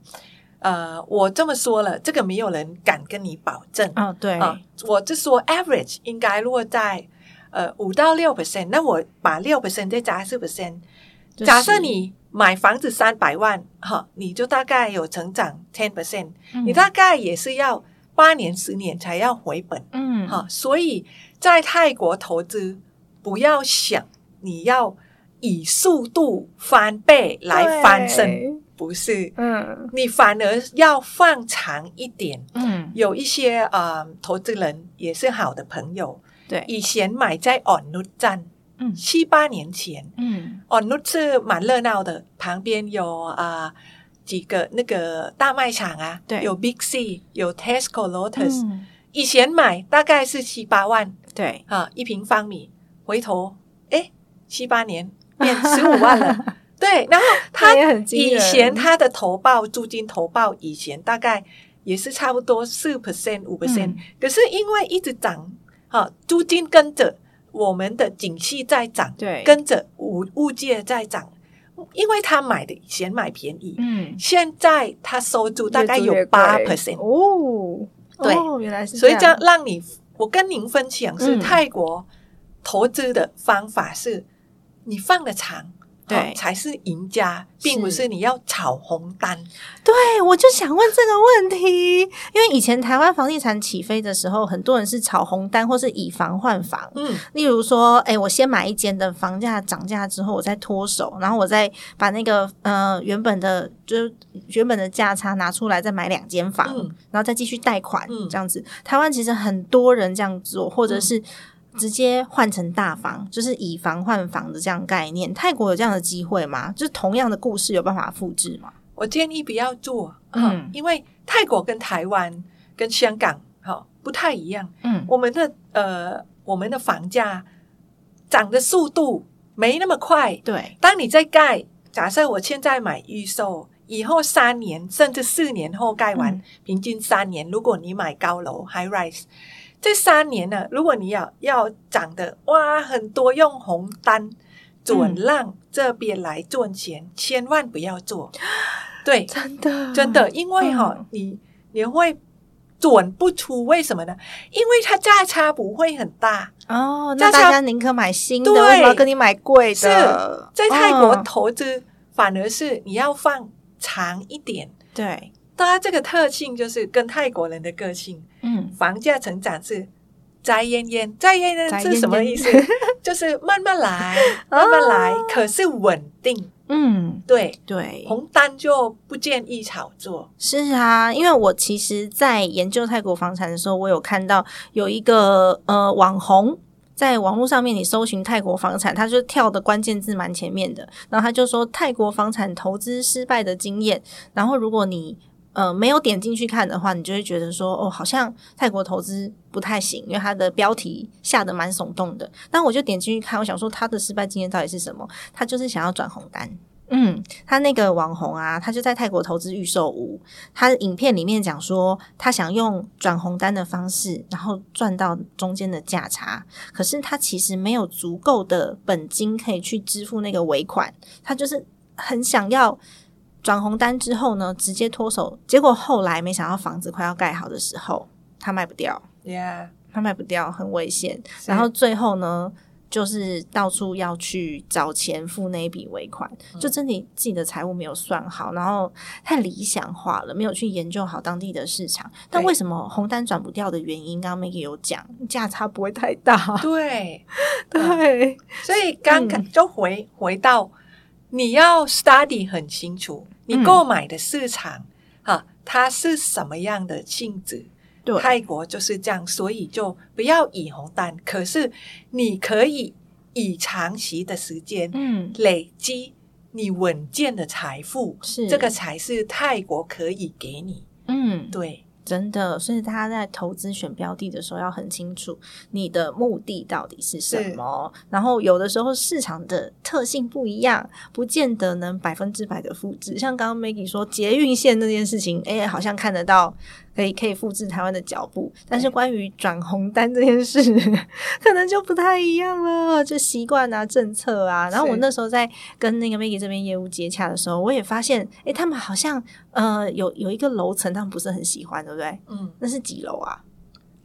Speaker 2: 呃，我这么说了，这个没有人敢跟你保证啊、
Speaker 1: 哦对
Speaker 2: 我就说 average 应该落在呃五到六 percent，那我把六 percent 再加四 percent，
Speaker 1: 就是
Speaker 2: 假设你买房子三百万哈，你就大概有成长 ten percent，
Speaker 1: 嗯
Speaker 2: 你大概也是要八年十年才要回本。
Speaker 1: 嗯
Speaker 2: 哈、所以在泰国投资，不要想你要以速度翻倍来翻身，
Speaker 1: 对
Speaker 2: 不是，
Speaker 1: 嗯
Speaker 2: 你反而要放长一点。
Speaker 1: 嗯
Speaker 2: 有一些呃，投资人也是好的朋友，
Speaker 1: 对
Speaker 2: 以前买在 On n 站，
Speaker 1: 嗯
Speaker 2: 七八年前
Speaker 1: 嗯
Speaker 2: On n 是蛮热闹的，旁边有啊、几个那个大卖场啊，
Speaker 1: 对
Speaker 2: 有 Big C，有 Tesco、Lotus，、
Speaker 1: 嗯
Speaker 2: 以前买大概是七八万，
Speaker 1: 对
Speaker 2: 啊，一平方米，回头哎，七八年变十五
Speaker 1: *laughs*
Speaker 2: 万了。对，然后他
Speaker 1: 那也很惊
Speaker 2: 以
Speaker 1: 人
Speaker 2: 前他的投报租金投报以前大概也是差不多四 percent 五 percent，
Speaker 1: 嗯
Speaker 2: 可是因为一直涨啊，租金跟着我们的景气在涨，
Speaker 1: 对
Speaker 2: 跟着物物价在涨，因为他买的以前买便宜，
Speaker 1: 嗯
Speaker 2: 现在他收租大概有
Speaker 1: 越租
Speaker 2: 八
Speaker 1: 越贵
Speaker 2: percent，
Speaker 1: 哦，
Speaker 2: 对
Speaker 1: 哦，原来是
Speaker 2: 所以这
Speaker 1: 这
Speaker 2: 样让你，我跟您分享是
Speaker 1: 嗯
Speaker 2: 泰国投资的方法是，你放的长。
Speaker 1: 对
Speaker 2: 哦才是赢家，并不是你要炒红单。
Speaker 1: 对，我就想问这个问题，因为以前台湾房地产起飞的时候，很多人是炒红单或是以房换房，
Speaker 2: 嗯，
Speaker 1: 例如说，哎、我先买一间的房价涨价之后，我再脱手，然后我再把那个呃原本的就是原本的价差拿出来，再买两间房，
Speaker 2: 嗯
Speaker 1: 然后再继续贷款，
Speaker 2: 嗯
Speaker 1: 这样子。台湾其实很多人这样做，或者是。直接换成大房，就是以房换房的这样概念。泰国有这样的机会吗？就是同样的故事有办法复制吗？
Speaker 2: 我建议不要做，
Speaker 1: 嗯
Speaker 2: 嗯，因为泰国跟台湾、跟香港，哈、不太一样。
Speaker 1: 嗯，
Speaker 2: 我们的呃，我们的房价涨的速度没那么快，
Speaker 1: 对，
Speaker 2: 当你在盖，假设我现在买预售，以后三年甚至四年后盖完，
Speaker 1: 嗯
Speaker 2: 平均三年。如果你买高楼 high rise，这三年呢，如果你要要涨的哇很多，用红单转让这边来赚钱，千万不要做。对，
Speaker 1: 真的，
Speaker 2: 真的，因为哈、
Speaker 1: 嗯
Speaker 2: 你你会转不出，为什么呢？因为它价差不会很大。
Speaker 1: 哦。
Speaker 2: 加
Speaker 1: 那大
Speaker 2: 上
Speaker 1: 家宁可买新的，
Speaker 2: 对
Speaker 1: 为什么要跟你买贵的？
Speaker 2: 在泰国
Speaker 1: 嗯
Speaker 2: 投资反而是你要放长一点。
Speaker 1: 对，
Speaker 2: 它这个特性就是跟泰国人的个性，
Speaker 1: 嗯
Speaker 2: 房价成长是宅烟烟，宅烟烟
Speaker 1: 宅
Speaker 2: 是什么
Speaker 1: 烟
Speaker 2: 意
Speaker 1: 烟
Speaker 2: 思？就是慢慢来，慢慢来，可是稳定。
Speaker 1: 嗯，
Speaker 2: 对，
Speaker 1: 对，
Speaker 2: 红单就不建议炒作。
Speaker 1: 是啊，因为我其实，在研究泰国房产的时候，我有看到有一个呃网红。在网络上面，你搜寻泰国房产，他就跳的关键字蛮前面的。然后他就说泰国房产投资失败的经验。然后如果你呃没有点进去看的话，你就会觉得说哦，好像泰国投资不太行，因为它的标题下的蛮耸动的。但我就点进去看，我想说他的失败经验到底是什么？他就是想要转红单。嗯，他那个网红啊，他就在泰国投资预售屋，他影片里面讲说，他想用转红单的方式，然后赚到中间的价差，可是他其实没有足够的本金可以去支付那个尾款，他就是很想要转红单之后呢，直接脱手，结果后来没想到房子快要盖好的时候，他卖不掉，
Speaker 2: Yeah，
Speaker 1: 他卖不掉很危险，然后最后呢。就是到处要去找钱付那一笔尾款，就
Speaker 2: 嗯
Speaker 1: 真的自己的财务没有算好，然后太理想化了，没有去研究好当地的市场。但
Speaker 2: 对
Speaker 1: 为什么红单转不掉的原因，刚刚 Maggie 有讲，价差不会太
Speaker 2: *laughs*
Speaker 1: 大。
Speaker 2: 对，
Speaker 1: 对，
Speaker 2: 所以刚刚
Speaker 1: 嗯
Speaker 2: 就回回到你要 study 很清楚，你
Speaker 1: 嗯
Speaker 2: 购买的市场哈、它是什么样的性质。
Speaker 1: 对，
Speaker 2: 泰国就是这样，所以就不要以红单。可是你可以以长期的时间
Speaker 1: 嗯，
Speaker 2: 累积你稳健的财富，
Speaker 1: 是
Speaker 2: 这个，才是泰国可以给你。
Speaker 1: 嗯，
Speaker 2: 对，
Speaker 1: 真的，所以大家在投资选标的的时候要很清楚你的目的到底是什么。然后有的时候市场的特性不一样，不见得能百分之百的复制。像刚刚 Maggie 说捷运线那件事情，哎、好像看得到可以可以复制台湾的脚步，但是关于转红单这件事， *laughs* 可能就不太一样了，就习惯啊、政策啊。然后我
Speaker 2: 是
Speaker 1: 那时候在跟那个 Maggie 这边业务接洽的时候，我也发现，哎、他们好像呃有有一个楼层他们不是很喜欢，对不对？
Speaker 2: 嗯，
Speaker 1: 那是几楼啊？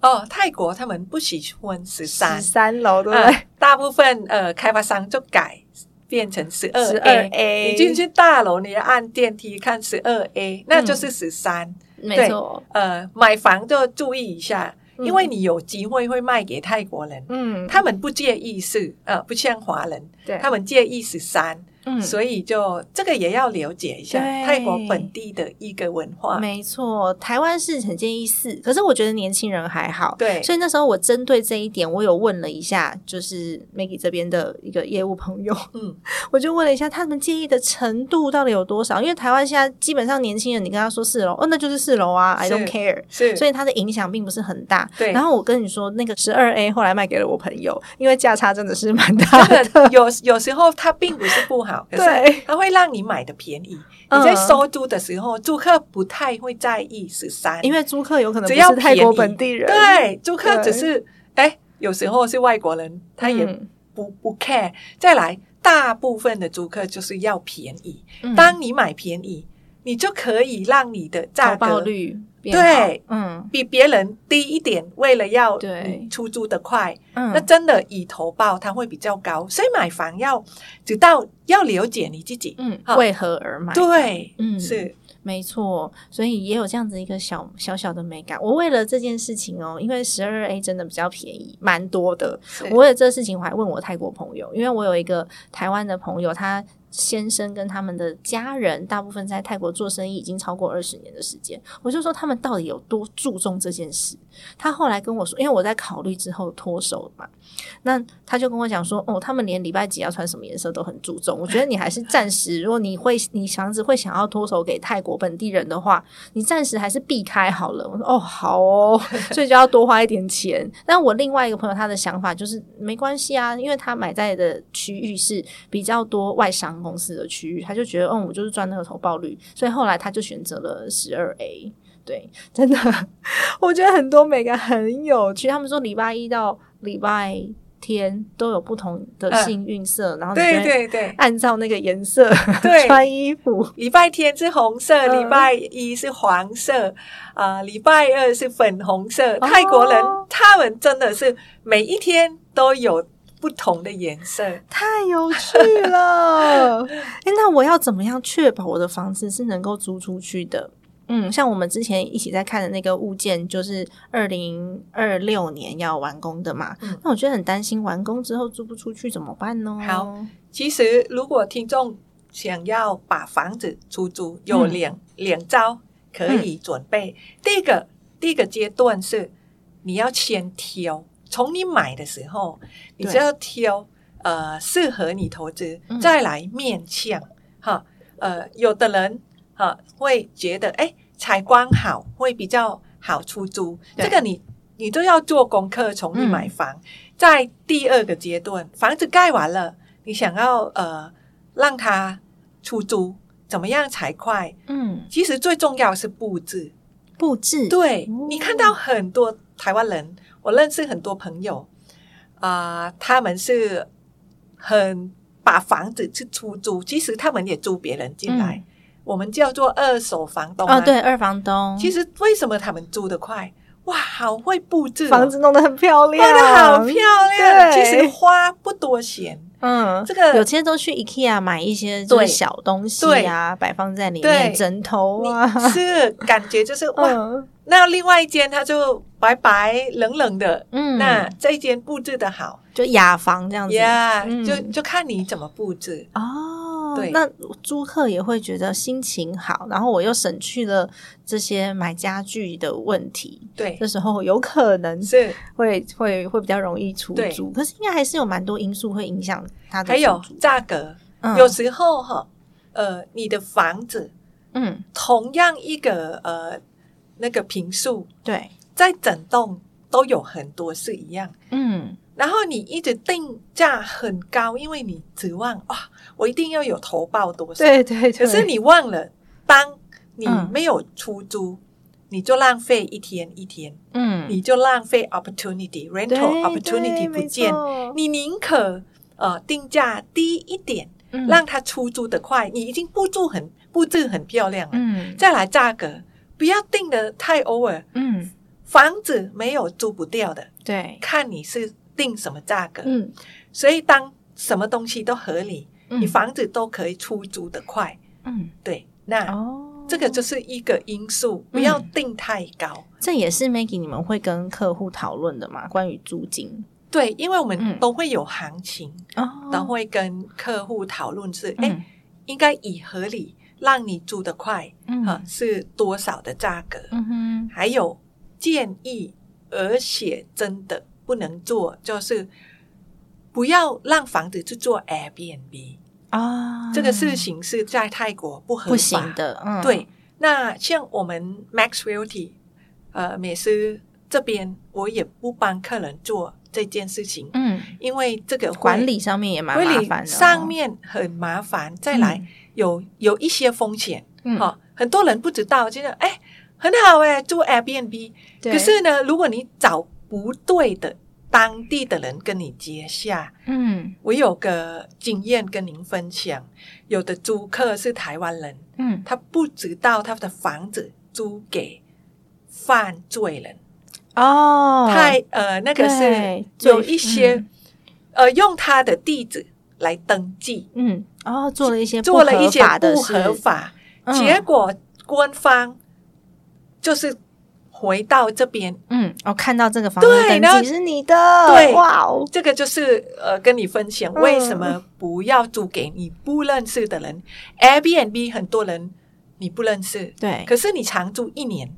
Speaker 2: 哦，泰国他们不喜欢十三，
Speaker 1: 三楼，对不
Speaker 2: 啊
Speaker 1: 对？
Speaker 2: 大部分呃开发商就改变成十二
Speaker 1: 十二
Speaker 2: A。
Speaker 1: A，
Speaker 2: 你进，去大楼，你要按电梯看十二 A，那
Speaker 1: 嗯
Speaker 2: 就是十三、
Speaker 1: 没错，
Speaker 2: 呃，买房就注意一下，
Speaker 1: 嗯
Speaker 2: 因为你有机会会卖给泰国人，
Speaker 1: 嗯，
Speaker 2: 他们不介意是呃，不像华人，
Speaker 1: 对嗯
Speaker 2: 他们介意十三、
Speaker 1: 们
Speaker 2: 所以就这个也要了解一下
Speaker 1: 对
Speaker 2: 泰国本地的一个文化。
Speaker 1: 没错，台湾是很建议四，可是我觉得年轻人还好。
Speaker 2: 对
Speaker 1: 所以那时候我针对这一点，我有问了一下，就是 Maggie 这边的一个业务朋友，
Speaker 2: 嗯，
Speaker 1: *laughs* 我就问了一下他们介意的程度到底有多少，因为台湾现在基本上年轻人，你跟他说四楼，哦，那就是四楼啊，I
Speaker 2: 是
Speaker 1: don't care。
Speaker 2: 是，
Speaker 1: 所
Speaker 2: 以
Speaker 1: 以它的影响并不是很大。
Speaker 2: 对
Speaker 1: 然后我跟你说，那个十二 A 后来卖给了我朋友，因为价差真的是蛮大
Speaker 2: 这
Speaker 1: 的。 *laughs*
Speaker 2: 个有有时候它并不是不好，可
Speaker 1: 对
Speaker 2: 是它会让你买的便宜。
Speaker 1: 嗯
Speaker 2: 你在收租的时候，租客不太会在意十三，
Speaker 1: 因为租客有可能
Speaker 2: 只
Speaker 1: 不
Speaker 2: 要
Speaker 1: 是泰
Speaker 2: 便
Speaker 1: 国
Speaker 2: 宜
Speaker 1: 本地人，
Speaker 2: 对租客
Speaker 1: 对
Speaker 2: 只是哎，有时候是外国人，他也
Speaker 1: 嗯
Speaker 2: 不不 care。再来，大部分的租客就是要便宜，
Speaker 1: 嗯
Speaker 2: 当你买便宜，你就可以让你的价
Speaker 1: 投报
Speaker 2: 格
Speaker 1: 率变
Speaker 2: 对
Speaker 1: 好嗯
Speaker 2: 比别人低一点，为了要
Speaker 1: 对
Speaker 2: 你出租的快，
Speaker 1: 嗯，
Speaker 2: 那真的以投报它会比较高。所以买房要知道要了解你自己，
Speaker 1: 嗯
Speaker 2: 好
Speaker 1: 为何而买？
Speaker 2: 对，
Speaker 1: 嗯
Speaker 2: 是
Speaker 1: 没错，所以也有这样子一个小小小的美感。我为了这件事情哦，因为十二 A 真的比较便宜，蛮多的。嗯我为了这事情，我还问我泰国朋友，因为我有一个台湾的朋友，他先生跟他们的家人大部分在泰国做生意已经超过二十年的时间，我就说他们到底有多注重这件事。他后来跟我说，因为我在考虑之后脱手嘛，那他就跟我讲说，哦，他们连礼拜几要穿什么颜色都很注重。我觉得你还是暂时，如果你会你房子会想要脱手给泰国本地人的话，你暂时还是避开好了。我说哦，好哦，所以就要多花一点钱。但我另外一个朋友他的想法就是没关系啊，因为他买在的区域是比较多外商公司的区域，他就觉得，嗯，我就是赚那个投报率，所以后来他就选择了十二 A。对，真的，我觉得很多美感很有趣。他们说礼拜一到礼拜天都有不同的
Speaker 2: 嗯
Speaker 1: 幸运色，然后你
Speaker 2: 对
Speaker 1: 就会 *laughs*
Speaker 2: 对对。
Speaker 1: 按照那个颜色
Speaker 2: 对
Speaker 1: 穿衣服。
Speaker 2: 礼拜天是红色，
Speaker 1: 嗯
Speaker 2: 礼拜一是黄色，啊、礼拜二是粉红色。
Speaker 1: 哦
Speaker 2: 泰国人他们真的是每一天都有不同的颜色。
Speaker 1: 太有趣
Speaker 2: *laughs*
Speaker 1: 了！哎、那我要怎么样确保我的房子是能够租出去的？嗯，像我们之前一起在看的那个物件，就是二零二六年要完工的嘛。
Speaker 2: 嗯
Speaker 1: 那我觉得很担心，完工之后租不出去怎么办呢？
Speaker 2: 好，其实如果听众想要把房子出租，有
Speaker 1: 嗯
Speaker 2: 两、两招可以准备。第一个第一个阶段是你要先挑，从你买的时候，你
Speaker 1: 对
Speaker 2: 就要挑呃适合你投资，
Speaker 1: 嗯
Speaker 2: 再来面向哈呃有的人哈会觉得哎采光好会比较好出租，
Speaker 1: 对
Speaker 2: 这个你你都要做功课，从你
Speaker 1: 嗯
Speaker 2: 买房。在第二个阶段，房子盖完了，你想要呃让它出租，怎么样才快？
Speaker 1: 嗯，
Speaker 2: 其实最重要是布置。
Speaker 1: 布置，
Speaker 2: 对
Speaker 1: 哦
Speaker 2: 你看到很多台湾人，我认识很多朋友啊、他们是很把房子去出租，其实他们也租别人进来，我们叫做二手房东、
Speaker 1: 嗯
Speaker 2: 啊。
Speaker 1: 哦，对，，二房东，
Speaker 2: 其实为什么他们租得快？哇，好会布置哦、
Speaker 1: 房子弄得很漂亮，
Speaker 2: 画的好漂亮，
Speaker 1: 对
Speaker 2: 其实花不多钱。
Speaker 1: 嗯，
Speaker 2: 这个
Speaker 1: 有些都去 IKEA 买一些就是
Speaker 2: 对
Speaker 1: 小东西啊，摆放在里面，
Speaker 2: 对
Speaker 1: 枕头啊，
Speaker 2: 你是感
Speaker 1: *laughs*
Speaker 2: 觉就是哇，
Speaker 1: 嗯
Speaker 2: 那另外一间它就白白冷冷的，
Speaker 1: 嗯，
Speaker 2: 那这一间布置的好
Speaker 1: 就雅房这样子
Speaker 2: 呀
Speaker 1: 嗯
Speaker 2: 就就看你怎么布置。
Speaker 1: 哦，
Speaker 2: 对
Speaker 1: 那租客也会觉得心情好，然后我又省去了这些买家具的问题，
Speaker 2: 对
Speaker 1: 这，时候有可能
Speaker 2: 是
Speaker 1: 会会会比较容易出
Speaker 2: 对
Speaker 1: 租，可是应该还是有蛮多因素会影响它的
Speaker 2: 还有
Speaker 1: 出租
Speaker 2: 价格，
Speaker 1: 嗯
Speaker 2: 有时候哈，呃，你的房子
Speaker 1: 嗯
Speaker 2: 同样一个呃那个平数，
Speaker 1: 对
Speaker 2: 在整栋都有很多是一样。
Speaker 1: 嗯
Speaker 2: 然后你一直定价很高，因为你指望哇、我一定要有投报多少。
Speaker 1: 对对对，
Speaker 2: 可是你忘了，当你
Speaker 1: 嗯
Speaker 2: 没有出租，你就浪费一天一天，
Speaker 1: 嗯
Speaker 2: 你就浪费 opportunity
Speaker 1: 对
Speaker 2: rental
Speaker 1: 对
Speaker 2: opportunity
Speaker 1: 没
Speaker 2: 不见。
Speaker 1: 错
Speaker 2: 你宁可呃定价低一点，
Speaker 1: 嗯
Speaker 2: 让它出租的快。你已经布置很布置很漂亮了，
Speaker 1: 嗯
Speaker 2: 再来价格不要定的太 over。
Speaker 1: 嗯
Speaker 2: 房子没有租不掉的，
Speaker 1: 对
Speaker 2: 看你是定什么价格。
Speaker 1: 嗯
Speaker 2: 所以当什么东西都合理，
Speaker 1: 嗯
Speaker 2: 你房子都可以出租的快。
Speaker 1: 嗯
Speaker 2: 对，那
Speaker 1: 哦，嗯
Speaker 2: 这个就是一个因素，不要定太高。
Speaker 1: 这也是 Maggie 你们会跟客户讨论的嘛，关于租金
Speaker 2: 对，因为我
Speaker 1: 嗯
Speaker 2: 们都会有行情，
Speaker 1: 哦
Speaker 2: 都会跟客户讨论是，哎、
Speaker 1: 嗯
Speaker 2: 应该以合理让你租得快
Speaker 1: 嗯
Speaker 2: 啊，是多少的价格？
Speaker 1: 嗯哼
Speaker 2: 还有建议，而且真的不能做，就是不要让房子去做 Airbnb。
Speaker 1: 啊，
Speaker 2: 这个事情是在泰国不合法
Speaker 1: 不行。的，嗯，
Speaker 2: 对，那像我们 Max Realty，呃，美思这边我也不帮客人做这件事情，
Speaker 1: 嗯，
Speaker 2: 因为这个会
Speaker 1: 管理上面也蛮麻
Speaker 2: 管
Speaker 1: 烦
Speaker 2: 理
Speaker 1: 的哦，
Speaker 2: 上面很麻烦，再来有有一些风险
Speaker 1: 嗯，
Speaker 2: 哈、很多人不知道，觉得哎很好哎，住 Airbnb，
Speaker 1: 嗯对
Speaker 2: 可是呢，如果你找不对的当地的人跟你接下，
Speaker 1: 嗯
Speaker 2: 我有个经验跟您分享，有的租客是台湾人，
Speaker 1: 嗯，
Speaker 2: 他不知道他的房子租给犯罪人，
Speaker 1: 哦，
Speaker 2: 太呃那个是
Speaker 1: 对
Speaker 2: 有一些、
Speaker 1: 嗯
Speaker 2: 呃用他的地址来登记，
Speaker 1: 嗯哦，做了一些
Speaker 2: 做了一些
Speaker 1: 不合法的
Speaker 2: 不
Speaker 1: 事
Speaker 2: 合，法，
Speaker 1: 嗯
Speaker 2: 结果官方就是回到这边，
Speaker 1: 嗯，我看到这个房子
Speaker 2: 对然
Speaker 1: 登
Speaker 2: 后
Speaker 1: 记是你的，
Speaker 2: 对
Speaker 1: 哇哦，
Speaker 2: 这个就是呃跟你分享
Speaker 1: 嗯
Speaker 2: 为什么不要租给你不认识的人、a i r b n b 很多人你不认识，
Speaker 1: 对，
Speaker 2: 可是你长住一年、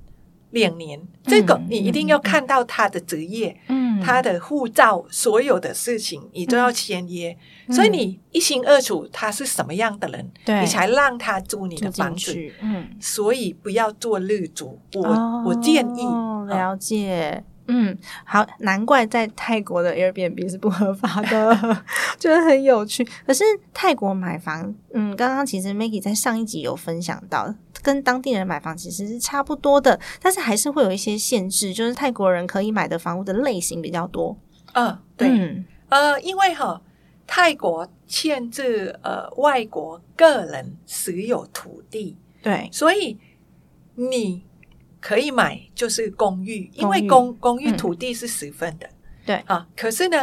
Speaker 2: 两年，这个
Speaker 1: 嗯
Speaker 2: 你一定要
Speaker 1: 嗯嗯
Speaker 2: 看到他的职业、
Speaker 1: 嗯，
Speaker 2: 他的护照、所有的事情，你都要签约。
Speaker 1: 嗯
Speaker 2: 所以你一清二楚他是什么样的人，
Speaker 1: 对
Speaker 2: 你才让他租你
Speaker 1: 住
Speaker 2: 的房
Speaker 1: 进
Speaker 2: 子。
Speaker 1: 去，嗯。
Speaker 2: 所以不要做日租，我、
Speaker 1: 哦
Speaker 2: 我建议。嗯
Speaker 1: 了解。嗯，好，难怪在泰国的 Airbnb 是不合法的， *laughs* 觉得很有趣。可是泰国买房，嗯，刚刚其实 Maggie 在上一集有分享到，跟当地人买房其实是差不多的，但是还是会有一些限制，就是泰国人可以买的房屋的类型比较多。
Speaker 2: 嗯、对，
Speaker 1: 嗯
Speaker 2: 呃，因为哈，泰国限制呃外国个人持有土地，
Speaker 1: 对，
Speaker 2: 所以你可以买就是公寓，因为
Speaker 1: 公
Speaker 2: 公公寓
Speaker 1: 嗯
Speaker 2: 土地是十分的，
Speaker 1: 对
Speaker 2: 啊。可是呢，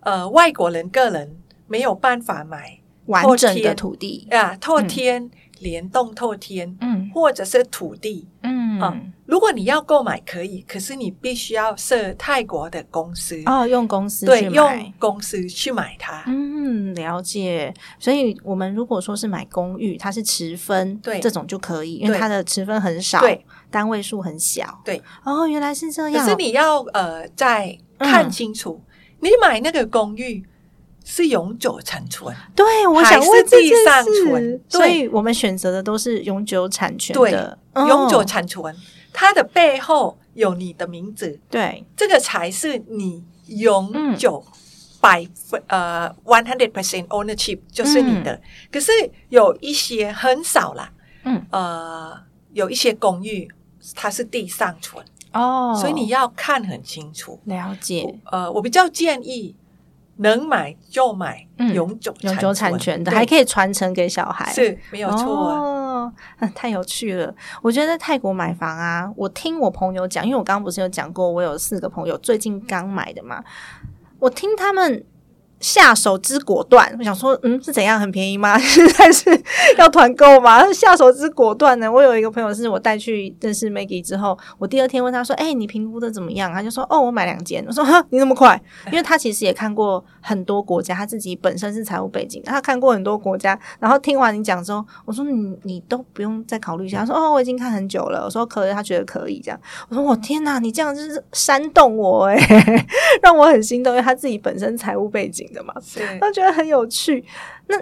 Speaker 2: 呃，外国人个人没有办法买
Speaker 1: 完整的土地，
Speaker 2: 啊，透天、联动透天，
Speaker 1: 嗯
Speaker 2: 或者是土地。
Speaker 1: 嗯
Speaker 2: 啊如果你要购买可以，可是你必须要设泰国的公司，
Speaker 1: 哦，用公司
Speaker 2: 对，
Speaker 1: 去买
Speaker 2: 用公司去买它。
Speaker 1: 嗯，了解。所以我们如果说是买公寓，它是持分，
Speaker 2: 对
Speaker 1: 这种就可以，因为
Speaker 2: 对
Speaker 1: 它的持分很少，
Speaker 2: 对，
Speaker 1: 单位数很小，
Speaker 2: 对。
Speaker 1: 哦，原来是这
Speaker 2: 可
Speaker 1: 样。
Speaker 2: 是你要呃，再看清
Speaker 1: 嗯
Speaker 2: 楚，你买那个公寓是永久产权，
Speaker 1: 对，我
Speaker 2: 还
Speaker 1: 想
Speaker 2: 是
Speaker 1: 问这
Speaker 2: 地
Speaker 1: 件
Speaker 2: 上
Speaker 1: 事
Speaker 2: 存
Speaker 1: 所
Speaker 2: 对
Speaker 1: 以我们选择的都是永久产权
Speaker 2: 对
Speaker 1: 的，哦
Speaker 2: 永久产权，它的背后有你的名字，
Speaker 1: 对，
Speaker 2: 这个才是你永久
Speaker 1: 嗯
Speaker 2: 百分、呃 one hundred percent ownership 就是你的。可是有一些很少啦，
Speaker 1: 嗯，
Speaker 2: 呃，有一些公寓它是地上存，
Speaker 1: 哦，
Speaker 2: 所以你要看很清楚。
Speaker 1: 了解
Speaker 2: 呃，我比较建议能买就买
Speaker 1: 嗯
Speaker 2: 永久
Speaker 1: 永久产权的，
Speaker 2: 对
Speaker 1: 还可以传承给小孩，
Speaker 2: 是没有错啊、
Speaker 1: 哦，嗯太有趣了！我觉得在泰国买房啊，我听我朋友讲，因为我刚刚不是有讲过，我有四个朋友最近刚买的嘛，我听他们下手之果断，我想说，嗯，是怎样很便宜吗？ *laughs* 但是要团购吗？下手之果断呢？我有一个朋友是我带去认识 Maggie 之后，我第二天问他说，哎、你评估的怎么样？他就说，哦，我买两间。我说，哈，你那么快？因为他其实也看过很多国家，他自己本身是财务背景，他看过很多国家。然后听完你讲之后，我说你你都不用再考虑一下。他说哦，我已经看很久了。我说可以，他觉得可以这样。我说我天哪，你这样就是煽动我哎、 *laughs* 让我很心动，因为他自己本身财务背景的嘛，
Speaker 2: 是
Speaker 1: 他觉得很有趣。那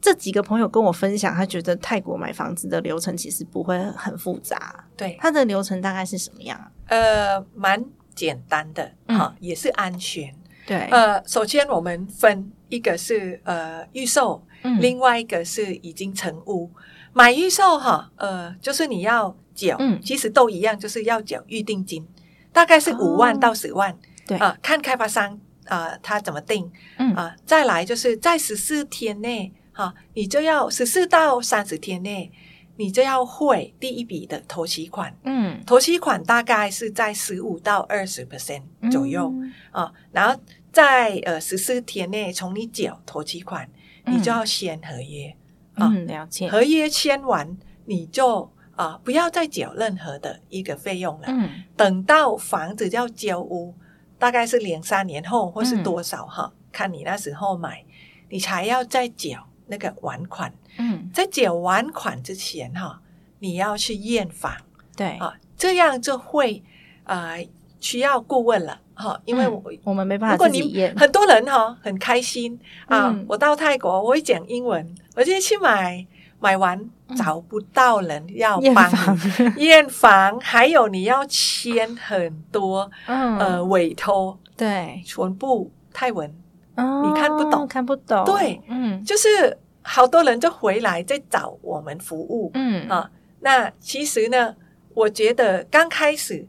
Speaker 1: 这几个朋友跟我分享，他觉得泰国买房子的流程其实不会很复杂，
Speaker 2: 对，
Speaker 1: 它的流程大概是什么样啊？
Speaker 2: 呃，蛮简单的哈、
Speaker 1: 嗯
Speaker 2: 啊也是安全。
Speaker 1: 对，
Speaker 2: 呃，首先我们分一个是呃预售，
Speaker 1: 嗯
Speaker 2: 另外一个是已经成屋。买预售哈，呃，就是你要缴，
Speaker 1: 嗯
Speaker 2: 其实都一样，就是要缴预定金，大概是五
Speaker 1: 哦
Speaker 2: 万到十万，
Speaker 1: 对
Speaker 2: 啊、看开发商啊、他怎么定
Speaker 1: 嗯
Speaker 2: 啊、再来就是在十四天内哈、你就要十四到三十天内，你就要汇第一笔的头期款，
Speaker 1: 嗯
Speaker 2: 头期款大概是在十五到二十 percent 左右。
Speaker 1: 嗯
Speaker 2: 啊，然后在呃十四天内从你缴头期款，你就要签合约，啊
Speaker 1: 嗯，了解。
Speaker 2: 合约签完你就啊不要再缴任何的一个费用了。
Speaker 1: 嗯
Speaker 2: 等到房子要交屋，大概是两三年后或是
Speaker 1: 嗯
Speaker 2: 多少哈，看你那时候买，你才要再缴那个完款。
Speaker 1: 嗯，
Speaker 2: 在缴完款之前哈，你要去验房。
Speaker 1: 对，
Speaker 2: 啊，这样就会啊需要顾问了哈、因为
Speaker 1: 嗯
Speaker 2: 我。
Speaker 1: 我们没办
Speaker 2: 如
Speaker 1: 法
Speaker 2: 果
Speaker 1: 自己
Speaker 2: 你
Speaker 1: 验。
Speaker 2: *laughs* 很多人哈、很开心啊、
Speaker 1: 嗯
Speaker 2: 我到泰国我会讲英文，我就去买，买完找不到人要
Speaker 1: 验
Speaker 2: 帮
Speaker 1: 房
Speaker 2: 你验房，还有你要签很多、
Speaker 1: *laughs* 嗯
Speaker 2: 呃委托，
Speaker 1: 对，
Speaker 2: 全部泰文，
Speaker 1: 哦
Speaker 2: 看不懂
Speaker 1: 看不懂，
Speaker 2: 对，
Speaker 1: 嗯
Speaker 2: 就是好多人就回来再找我们服务，
Speaker 1: 嗯
Speaker 2: 啊那其实呢，我觉得刚开始，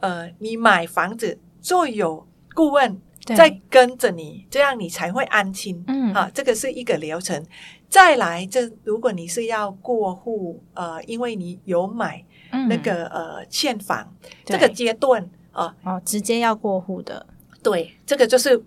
Speaker 2: 呃，你买房子就有顾问
Speaker 1: 对
Speaker 2: 在跟着你，这样你才会安心。
Speaker 1: 嗯
Speaker 2: 啊，这个是一个流程。再来，这如果你是要过户，呃，因为你有买
Speaker 1: 嗯
Speaker 2: 那个、呃现房，
Speaker 1: 对
Speaker 2: 这个阶段啊、
Speaker 1: 哦，直接要过户的，
Speaker 2: 对，这个就是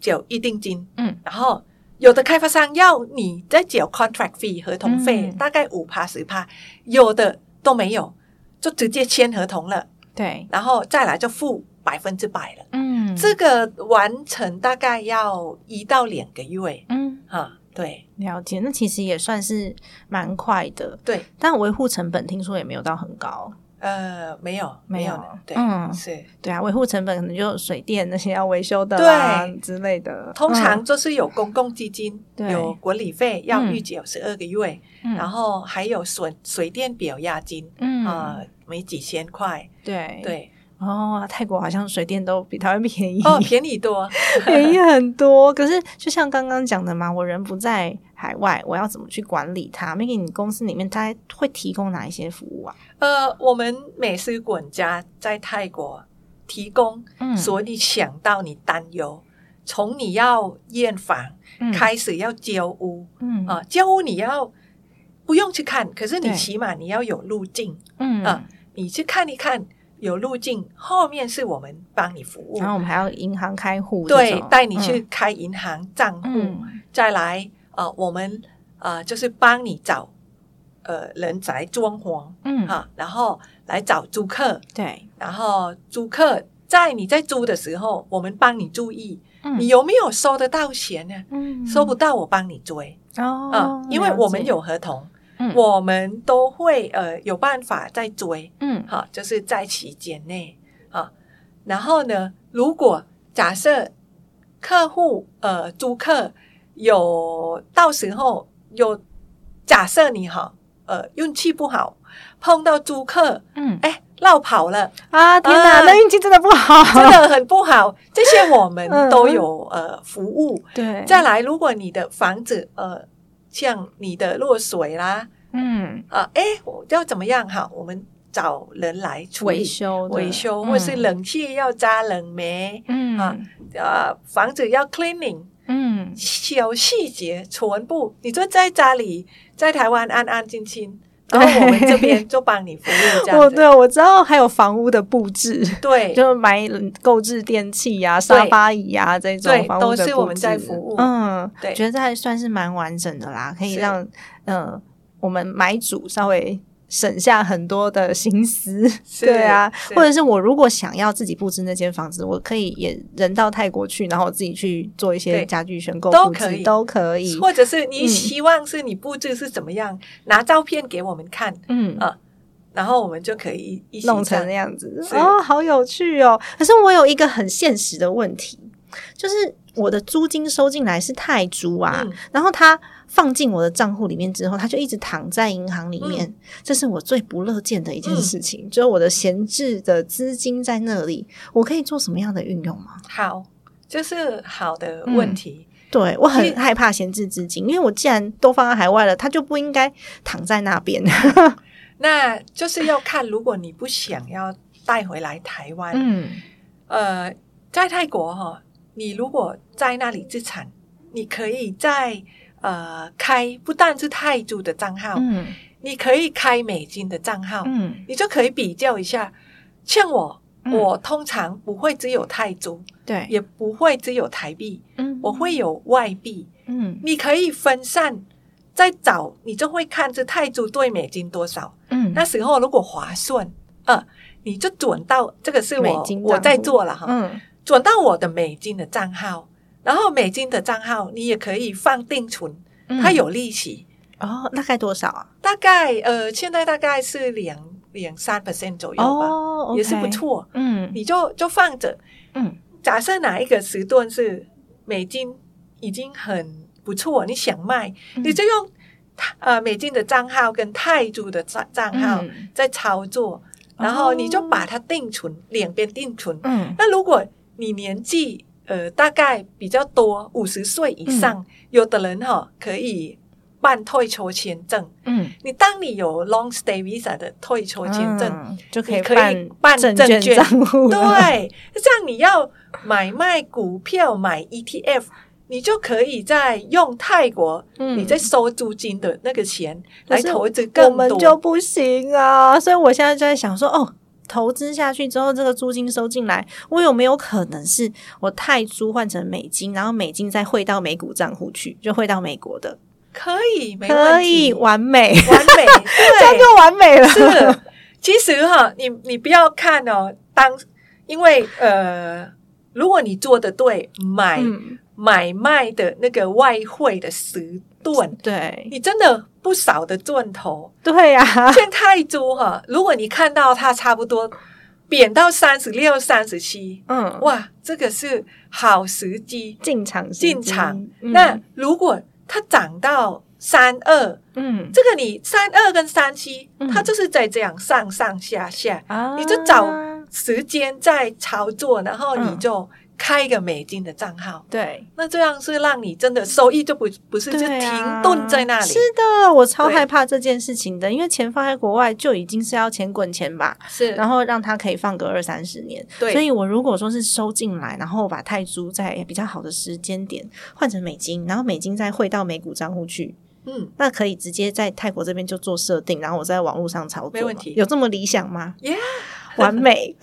Speaker 2: 缴一定金，
Speaker 1: 嗯，
Speaker 2: 然后。有的开发商要你再缴 contract fee 合同费，
Speaker 1: 嗯
Speaker 2: 大概五趴十趴，有的都没有，就直接签合同了，
Speaker 1: 对，
Speaker 2: 然后再来就付百分之百了。
Speaker 1: 嗯
Speaker 2: 这个完成大概要一到两个月
Speaker 1: 嗯
Speaker 2: 啊，对
Speaker 1: 了解，那其实也算是蛮快的，
Speaker 2: 对，
Speaker 1: 但维护成本听说也没有到很高，
Speaker 2: 呃，没有
Speaker 1: 没有
Speaker 2: 的对，
Speaker 1: 嗯
Speaker 2: 是
Speaker 1: 对啊，维护成本可能就有水电那些要维修的
Speaker 2: 对
Speaker 1: 啦之类的，
Speaker 2: 通常
Speaker 1: 嗯
Speaker 2: 就是有公共基金，
Speaker 1: 对
Speaker 2: 有管理费要
Speaker 1: 嗯
Speaker 2: 预缴十二个月，
Speaker 1: 嗯
Speaker 2: 然后还有水水电表押金
Speaker 1: 嗯哎
Speaker 2: 啊、没几千块，
Speaker 1: 对
Speaker 2: 对，
Speaker 1: 哦，泰国好像水电都比台湾便宜
Speaker 2: 哦，便宜多，
Speaker 1: 便宜很多。可是就像刚刚讲的嘛，我人不在海外，我要怎么去管理它 m a g g i 你公司里面大概会提供哪一些服务啊？
Speaker 2: 呃，我们美食管家在泰国提供
Speaker 1: 嗯
Speaker 2: 所以想到你担忧，从你要验房、
Speaker 1: 嗯
Speaker 2: 开始要交屋
Speaker 1: 嗯
Speaker 2: 啊，交屋你要不用去看，可是你
Speaker 1: 对
Speaker 2: 起码你要有路径，
Speaker 1: 嗯
Speaker 2: 啊你去看一看有路径，后面是我们帮你服务
Speaker 1: 然，后我们还要银行开户这种，嗯
Speaker 2: 对，带你去开银行账户，
Speaker 1: 嗯，嗯
Speaker 2: 再来呃，我们呃就是帮你找呃人宅装潢
Speaker 1: 嗯，
Speaker 2: 哈、然后来找租客，
Speaker 1: 对，
Speaker 2: 然后租客在你在租的时候，我们帮你注意，
Speaker 1: 嗯
Speaker 2: 你有没有收得到钱呢？
Speaker 1: 嗯
Speaker 2: 收不到我帮你追啊、
Speaker 1: 哦，
Speaker 2: 因为
Speaker 1: 了
Speaker 2: 我们
Speaker 1: 解，
Speaker 2: 有合同，
Speaker 1: 嗯
Speaker 2: 我们都会呃有办法再追
Speaker 1: 嗯
Speaker 2: 哈、就是在期间内啊。然后呢，如果假设客户呃租客有到时候有假设你哈呃运气不好碰到租客
Speaker 1: 嗯
Speaker 2: 哎绕跑了。
Speaker 1: 啊，天哪，
Speaker 2: 啊
Speaker 1: 那运气真的不好，
Speaker 2: 真的很不好。这些我们
Speaker 1: 嗯
Speaker 2: 都有呃服务。
Speaker 1: 对，
Speaker 2: 再来，如果你的房子呃，像你的落水啦，
Speaker 1: 嗯，
Speaker 2: 啊、诶哎，我要怎么样哈？我们找人来处理
Speaker 1: 维修的
Speaker 2: 维修，或是，冷气要加冷媒，
Speaker 1: 嗯
Speaker 2: 啊
Speaker 1: 嗯
Speaker 2: 啊，房子要 cleaning，
Speaker 1: 嗯，
Speaker 2: 小细节全部，你就在家里，在台湾安安
Speaker 1: *laughs*
Speaker 2: 静静，
Speaker 1: 对
Speaker 2: 然后我们这边就帮你服务，这
Speaker 1: *laughs*
Speaker 2: 样
Speaker 1: 我
Speaker 2: 子
Speaker 1: 哦对啊我知道还有房屋的布置，
Speaker 2: 对
Speaker 1: 就买购置电器呀、沙发椅呀、这种
Speaker 2: 对
Speaker 1: 房屋的
Speaker 2: 都是我
Speaker 1: 布
Speaker 2: 们
Speaker 1: 置
Speaker 2: 在服务
Speaker 1: 嗯，
Speaker 2: 对
Speaker 1: 觉得还算是蛮完整的啦，可以
Speaker 2: 是
Speaker 1: 让嗯、呃我们买主稍微。省下很多的心思，
Speaker 2: *laughs* 是
Speaker 1: 对啊，
Speaker 2: 是
Speaker 1: 或者是我如果想要自己布置那间房子，我可以也人到泰国去，然后我自己去做一些
Speaker 2: 对
Speaker 1: 家具选购
Speaker 2: 都
Speaker 1: 布置
Speaker 2: 可以
Speaker 1: 都可以，
Speaker 2: 或者是你
Speaker 1: 嗯
Speaker 2: 希望是你布置是怎么样，拿照片给我们看，
Speaker 1: 嗯
Speaker 2: 啊然后我们就可以一起
Speaker 1: 弄成那
Speaker 2: 这样
Speaker 1: 样子
Speaker 2: 是
Speaker 1: 哦，好有趣哦！可是我有一个很现实的问题，就是我的租金收进来是泰铢啊，
Speaker 2: 嗯
Speaker 1: 然后它放进我的账户里面之后，它就一直躺在银行里面，这是我最不乐见的一件事情，就是我的闲置的资金在那里，我可以做什么样的运用吗？
Speaker 2: 好，这是好的
Speaker 1: 嗯
Speaker 2: 问题。
Speaker 1: 对我很
Speaker 2: 其实
Speaker 1: 害怕闲置资金，因为我既然都放在海外了，它就不应该躺在那边。
Speaker 2: 那就是要看，如果你不想要带回来台湾，
Speaker 1: 嗯 *laughs*
Speaker 2: 呃，在泰国哈、你如果在那里资产，你可以在呃开不但是泰铢的账号，
Speaker 1: 嗯
Speaker 2: 你可以开美金的账号，
Speaker 1: 嗯，
Speaker 2: 你就可以比较一下。像我，
Speaker 1: 嗯
Speaker 2: 我通常不会只有泰铢，
Speaker 1: 对，
Speaker 2: 也不会只有台币，
Speaker 1: 嗯
Speaker 2: 我会有外币。
Speaker 1: 嗯
Speaker 2: 你可以分散再找，你就会看这泰铢对美金多少。
Speaker 1: 嗯
Speaker 2: 那时候如果划算，呃，你就转到这个是
Speaker 1: 美
Speaker 2: 我
Speaker 1: 金账户
Speaker 2: 我在做了哈，
Speaker 1: 嗯。
Speaker 2: 转到我的美金的账号，然后美金的账号你也可以放定存，
Speaker 1: 嗯
Speaker 2: 它有利息，
Speaker 1: 哦，大概多少啊？
Speaker 2: 大概呃现在大概是两两三 percent 左右吧，
Speaker 1: 哦，
Speaker 2: 也是不。错。
Speaker 1: 嗯
Speaker 2: 你就就放着，
Speaker 1: 嗯
Speaker 2: 假设哪一个时段是美金已经很不错，你想卖，
Speaker 1: 嗯
Speaker 2: 你就用呃美金的账号跟泰铢的账账号
Speaker 1: 嗯哦
Speaker 2: 在操作，然后你就把它定存，两边定存。
Speaker 1: 嗯
Speaker 2: 那如果你年纪呃大概比较多，五十岁以上，
Speaker 1: 嗯
Speaker 2: 有的人哈、可以办退休签证。
Speaker 1: 嗯，
Speaker 2: 你当你有 long stay visa 的退休签证，
Speaker 1: 嗯就可以
Speaker 2: 你可以
Speaker 1: 办
Speaker 2: 办
Speaker 1: 证
Speaker 2: 证
Speaker 1: 券
Speaker 2: 券
Speaker 1: 账户了。
Speaker 2: 对，像你要买卖股票、买 ETF，你就可以在用泰国
Speaker 1: 嗯
Speaker 2: 你在收租金的那个钱
Speaker 1: 可
Speaker 2: 来
Speaker 1: 是
Speaker 2: 投资
Speaker 1: 我
Speaker 2: 更
Speaker 1: 们就
Speaker 2: 多。
Speaker 1: 不行啊，所以我现在就在想说，哦，投资下去之后，这个租金收进来，我有没有可能是我泰铢换成美金，然后美金再汇到美股账户去，就汇到美国的，
Speaker 2: 可以，没
Speaker 1: 可
Speaker 2: 问
Speaker 1: 以
Speaker 2: 题，
Speaker 1: 完美，
Speaker 2: 完
Speaker 1: *laughs*
Speaker 2: 美，
Speaker 1: 这样
Speaker 2: 对，
Speaker 1: 就完美了。
Speaker 2: *laughs* 是。其实哈，你你不要看哦，当因为呃，如果你做的对，买、
Speaker 1: 嗯，
Speaker 2: 买卖的那个外汇的时段，
Speaker 1: 对
Speaker 2: 你真的不少的赚头。
Speaker 1: 对呀、
Speaker 2: 现泰铢哈，如果你看到它差不多贬到三十六、三十七，
Speaker 1: 嗯，
Speaker 2: 哇，这个是好时机。
Speaker 1: 进场时
Speaker 2: 进
Speaker 1: 机
Speaker 2: 场，
Speaker 1: 嗯
Speaker 2: 那如果它涨到三二，
Speaker 1: 嗯
Speaker 2: 这个你三二跟三七
Speaker 1: 嗯，
Speaker 2: 它就是在这样上上下下，
Speaker 1: 啊
Speaker 2: 你就找时间在操作，然后你
Speaker 1: 嗯
Speaker 2: 就开一个美金的账号，
Speaker 1: 对，
Speaker 2: 那这样是让你真的收益就不不是就
Speaker 1: 对啊
Speaker 2: 停顿在那里
Speaker 1: 是，的，我超
Speaker 2: 对
Speaker 1: 害怕这件事情的，因为钱放在国外就已经是要钱滚钱吧，
Speaker 2: 啊是
Speaker 1: 然后让它可以放个二三十年。
Speaker 2: 对
Speaker 1: 所以我如果说是收进来，然后把泰铢在比较好的时间点换成美金，然后美金再汇到美股账户去。
Speaker 2: 嗯。
Speaker 1: 那可以直接在泰国这边就做设定，然后我在网络上操作吗，
Speaker 2: 没问题
Speaker 1: 有这么理想吗
Speaker 2: Yeah
Speaker 1: 完
Speaker 2: *laughs*
Speaker 1: 美，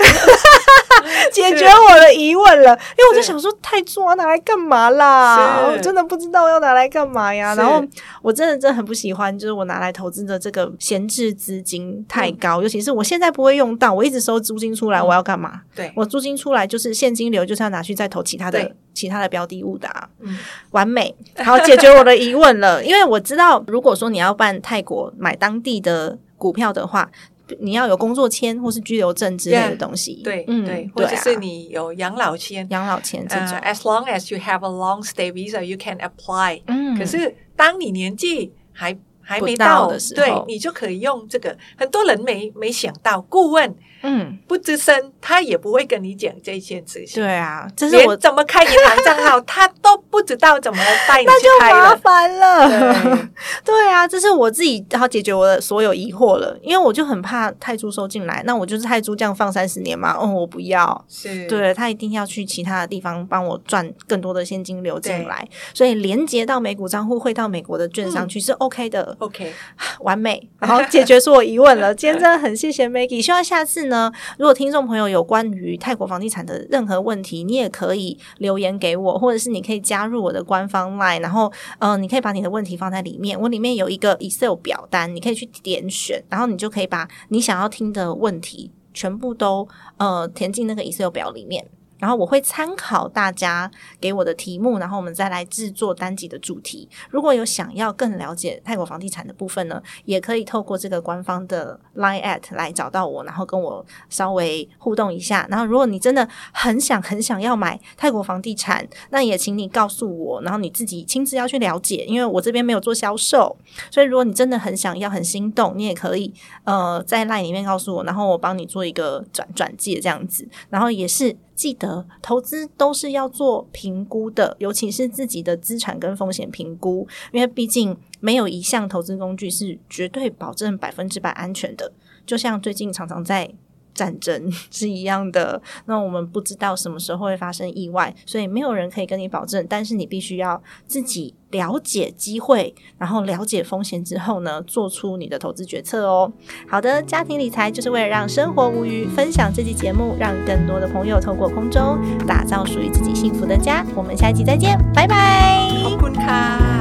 Speaker 1: 解决我的疑问了。因为我就想说，太做啊，拿来干嘛啦？
Speaker 2: 是
Speaker 1: 我真的不知道要拿来干嘛呀。
Speaker 2: 是
Speaker 1: 然后我真的真的很不喜欢，就是我拿来投资的这个闲置资金太高，尤其是我现在不会用到，我一直收租金出来，
Speaker 2: 嗯
Speaker 1: 我要干嘛？
Speaker 2: 对，
Speaker 1: 我租金出来就是现金流，就是要拿去再投其他的
Speaker 2: 对
Speaker 1: 其他的标的物的、啊。
Speaker 2: 嗯
Speaker 1: 完美，好解决我的疑问了。因为我知道，如果说你要办泰国买当地的股票的话，你要有工作签或是居留证之类的
Speaker 2: Yeah，
Speaker 1: 东西。
Speaker 2: 对
Speaker 1: 嗯，
Speaker 2: 对，或
Speaker 1: 对
Speaker 2: 者是
Speaker 1: 啊、
Speaker 2: 你有养老签，
Speaker 1: 养老签这
Speaker 2: 呃
Speaker 1: 种。
Speaker 2: ，as long as you have a long stay visa, you can apply。
Speaker 1: 嗯，
Speaker 2: 可是当你年纪还还没
Speaker 1: 不到
Speaker 2: 到
Speaker 1: 的时
Speaker 2: 对
Speaker 1: 候
Speaker 2: 你就可以用这个。很多人没没想到，顾问
Speaker 1: 嗯，
Speaker 2: 不吱声，他也不会跟你讲这件事情。
Speaker 1: 对啊，这是我
Speaker 2: 连怎么开银行账号，他都不知道怎么带你去开
Speaker 1: 麻
Speaker 2: 了。
Speaker 1: 烦了
Speaker 2: 对。
Speaker 1: 对啊，这是我自己要解决我的所有疑惑了，因为我就很怕泰铢收进来，那我就是泰铢这样放三十年嘛，嗯，我不要。
Speaker 2: 是，
Speaker 1: 对他一定要去其他的地方帮我赚更多的现金流进来，所以连接到美股账户汇到美国的券商去是 OK 的，
Speaker 2: ，OK，
Speaker 1: 完美，然后解决所有疑问了。今天真的很谢谢 Maggie，希望下次呢，如果听众朋友有关于泰国房地产的任何问题，你也可以留言给我，或者是你可以加入我的官方 LINE，然后嗯、呃你可以把你的问题放在里面，我里面有一个 Excel 表单，你可以去点选，然后你就可以把你想要听的问题全部都呃填进那个 Excel 表里面。然后我会参考大家给我的题目，然后我们再来制作单集的主题。如果有想要更了解泰国房地产的部分呢，也可以透过这个官方的 Line at 来找到我，然后跟我稍微互动一下。然后如果你真的很想很想要买泰国房地产，那也请你告诉我，然后你自己亲自要去了解，因为我这边没有做销售，所以如果你真的很想要很心动，你也可以呃在 Line 里面告诉我，然后我帮你做一个转转介这样子。然后也是记得投资都是要做评估的，尤其是自己的资产跟风险评估，因为毕竟没有一项投资工具是绝对保证百分之百安全的。就像最近常常在。战争 *laughs* 是一样的，那我们不知道什么时候会发生意外，所以没有人可以跟你保证。但是你必须要自己了解机会，然后了解风险之后呢，做出你的投资决策哦。好的，家庭理财就是为了让生活无虞。分享这期节目，让更多的朋友透过空中打造属于自己幸福的家。我们下一集再见，拜拜。
Speaker 2: ขอบคุณค่ะ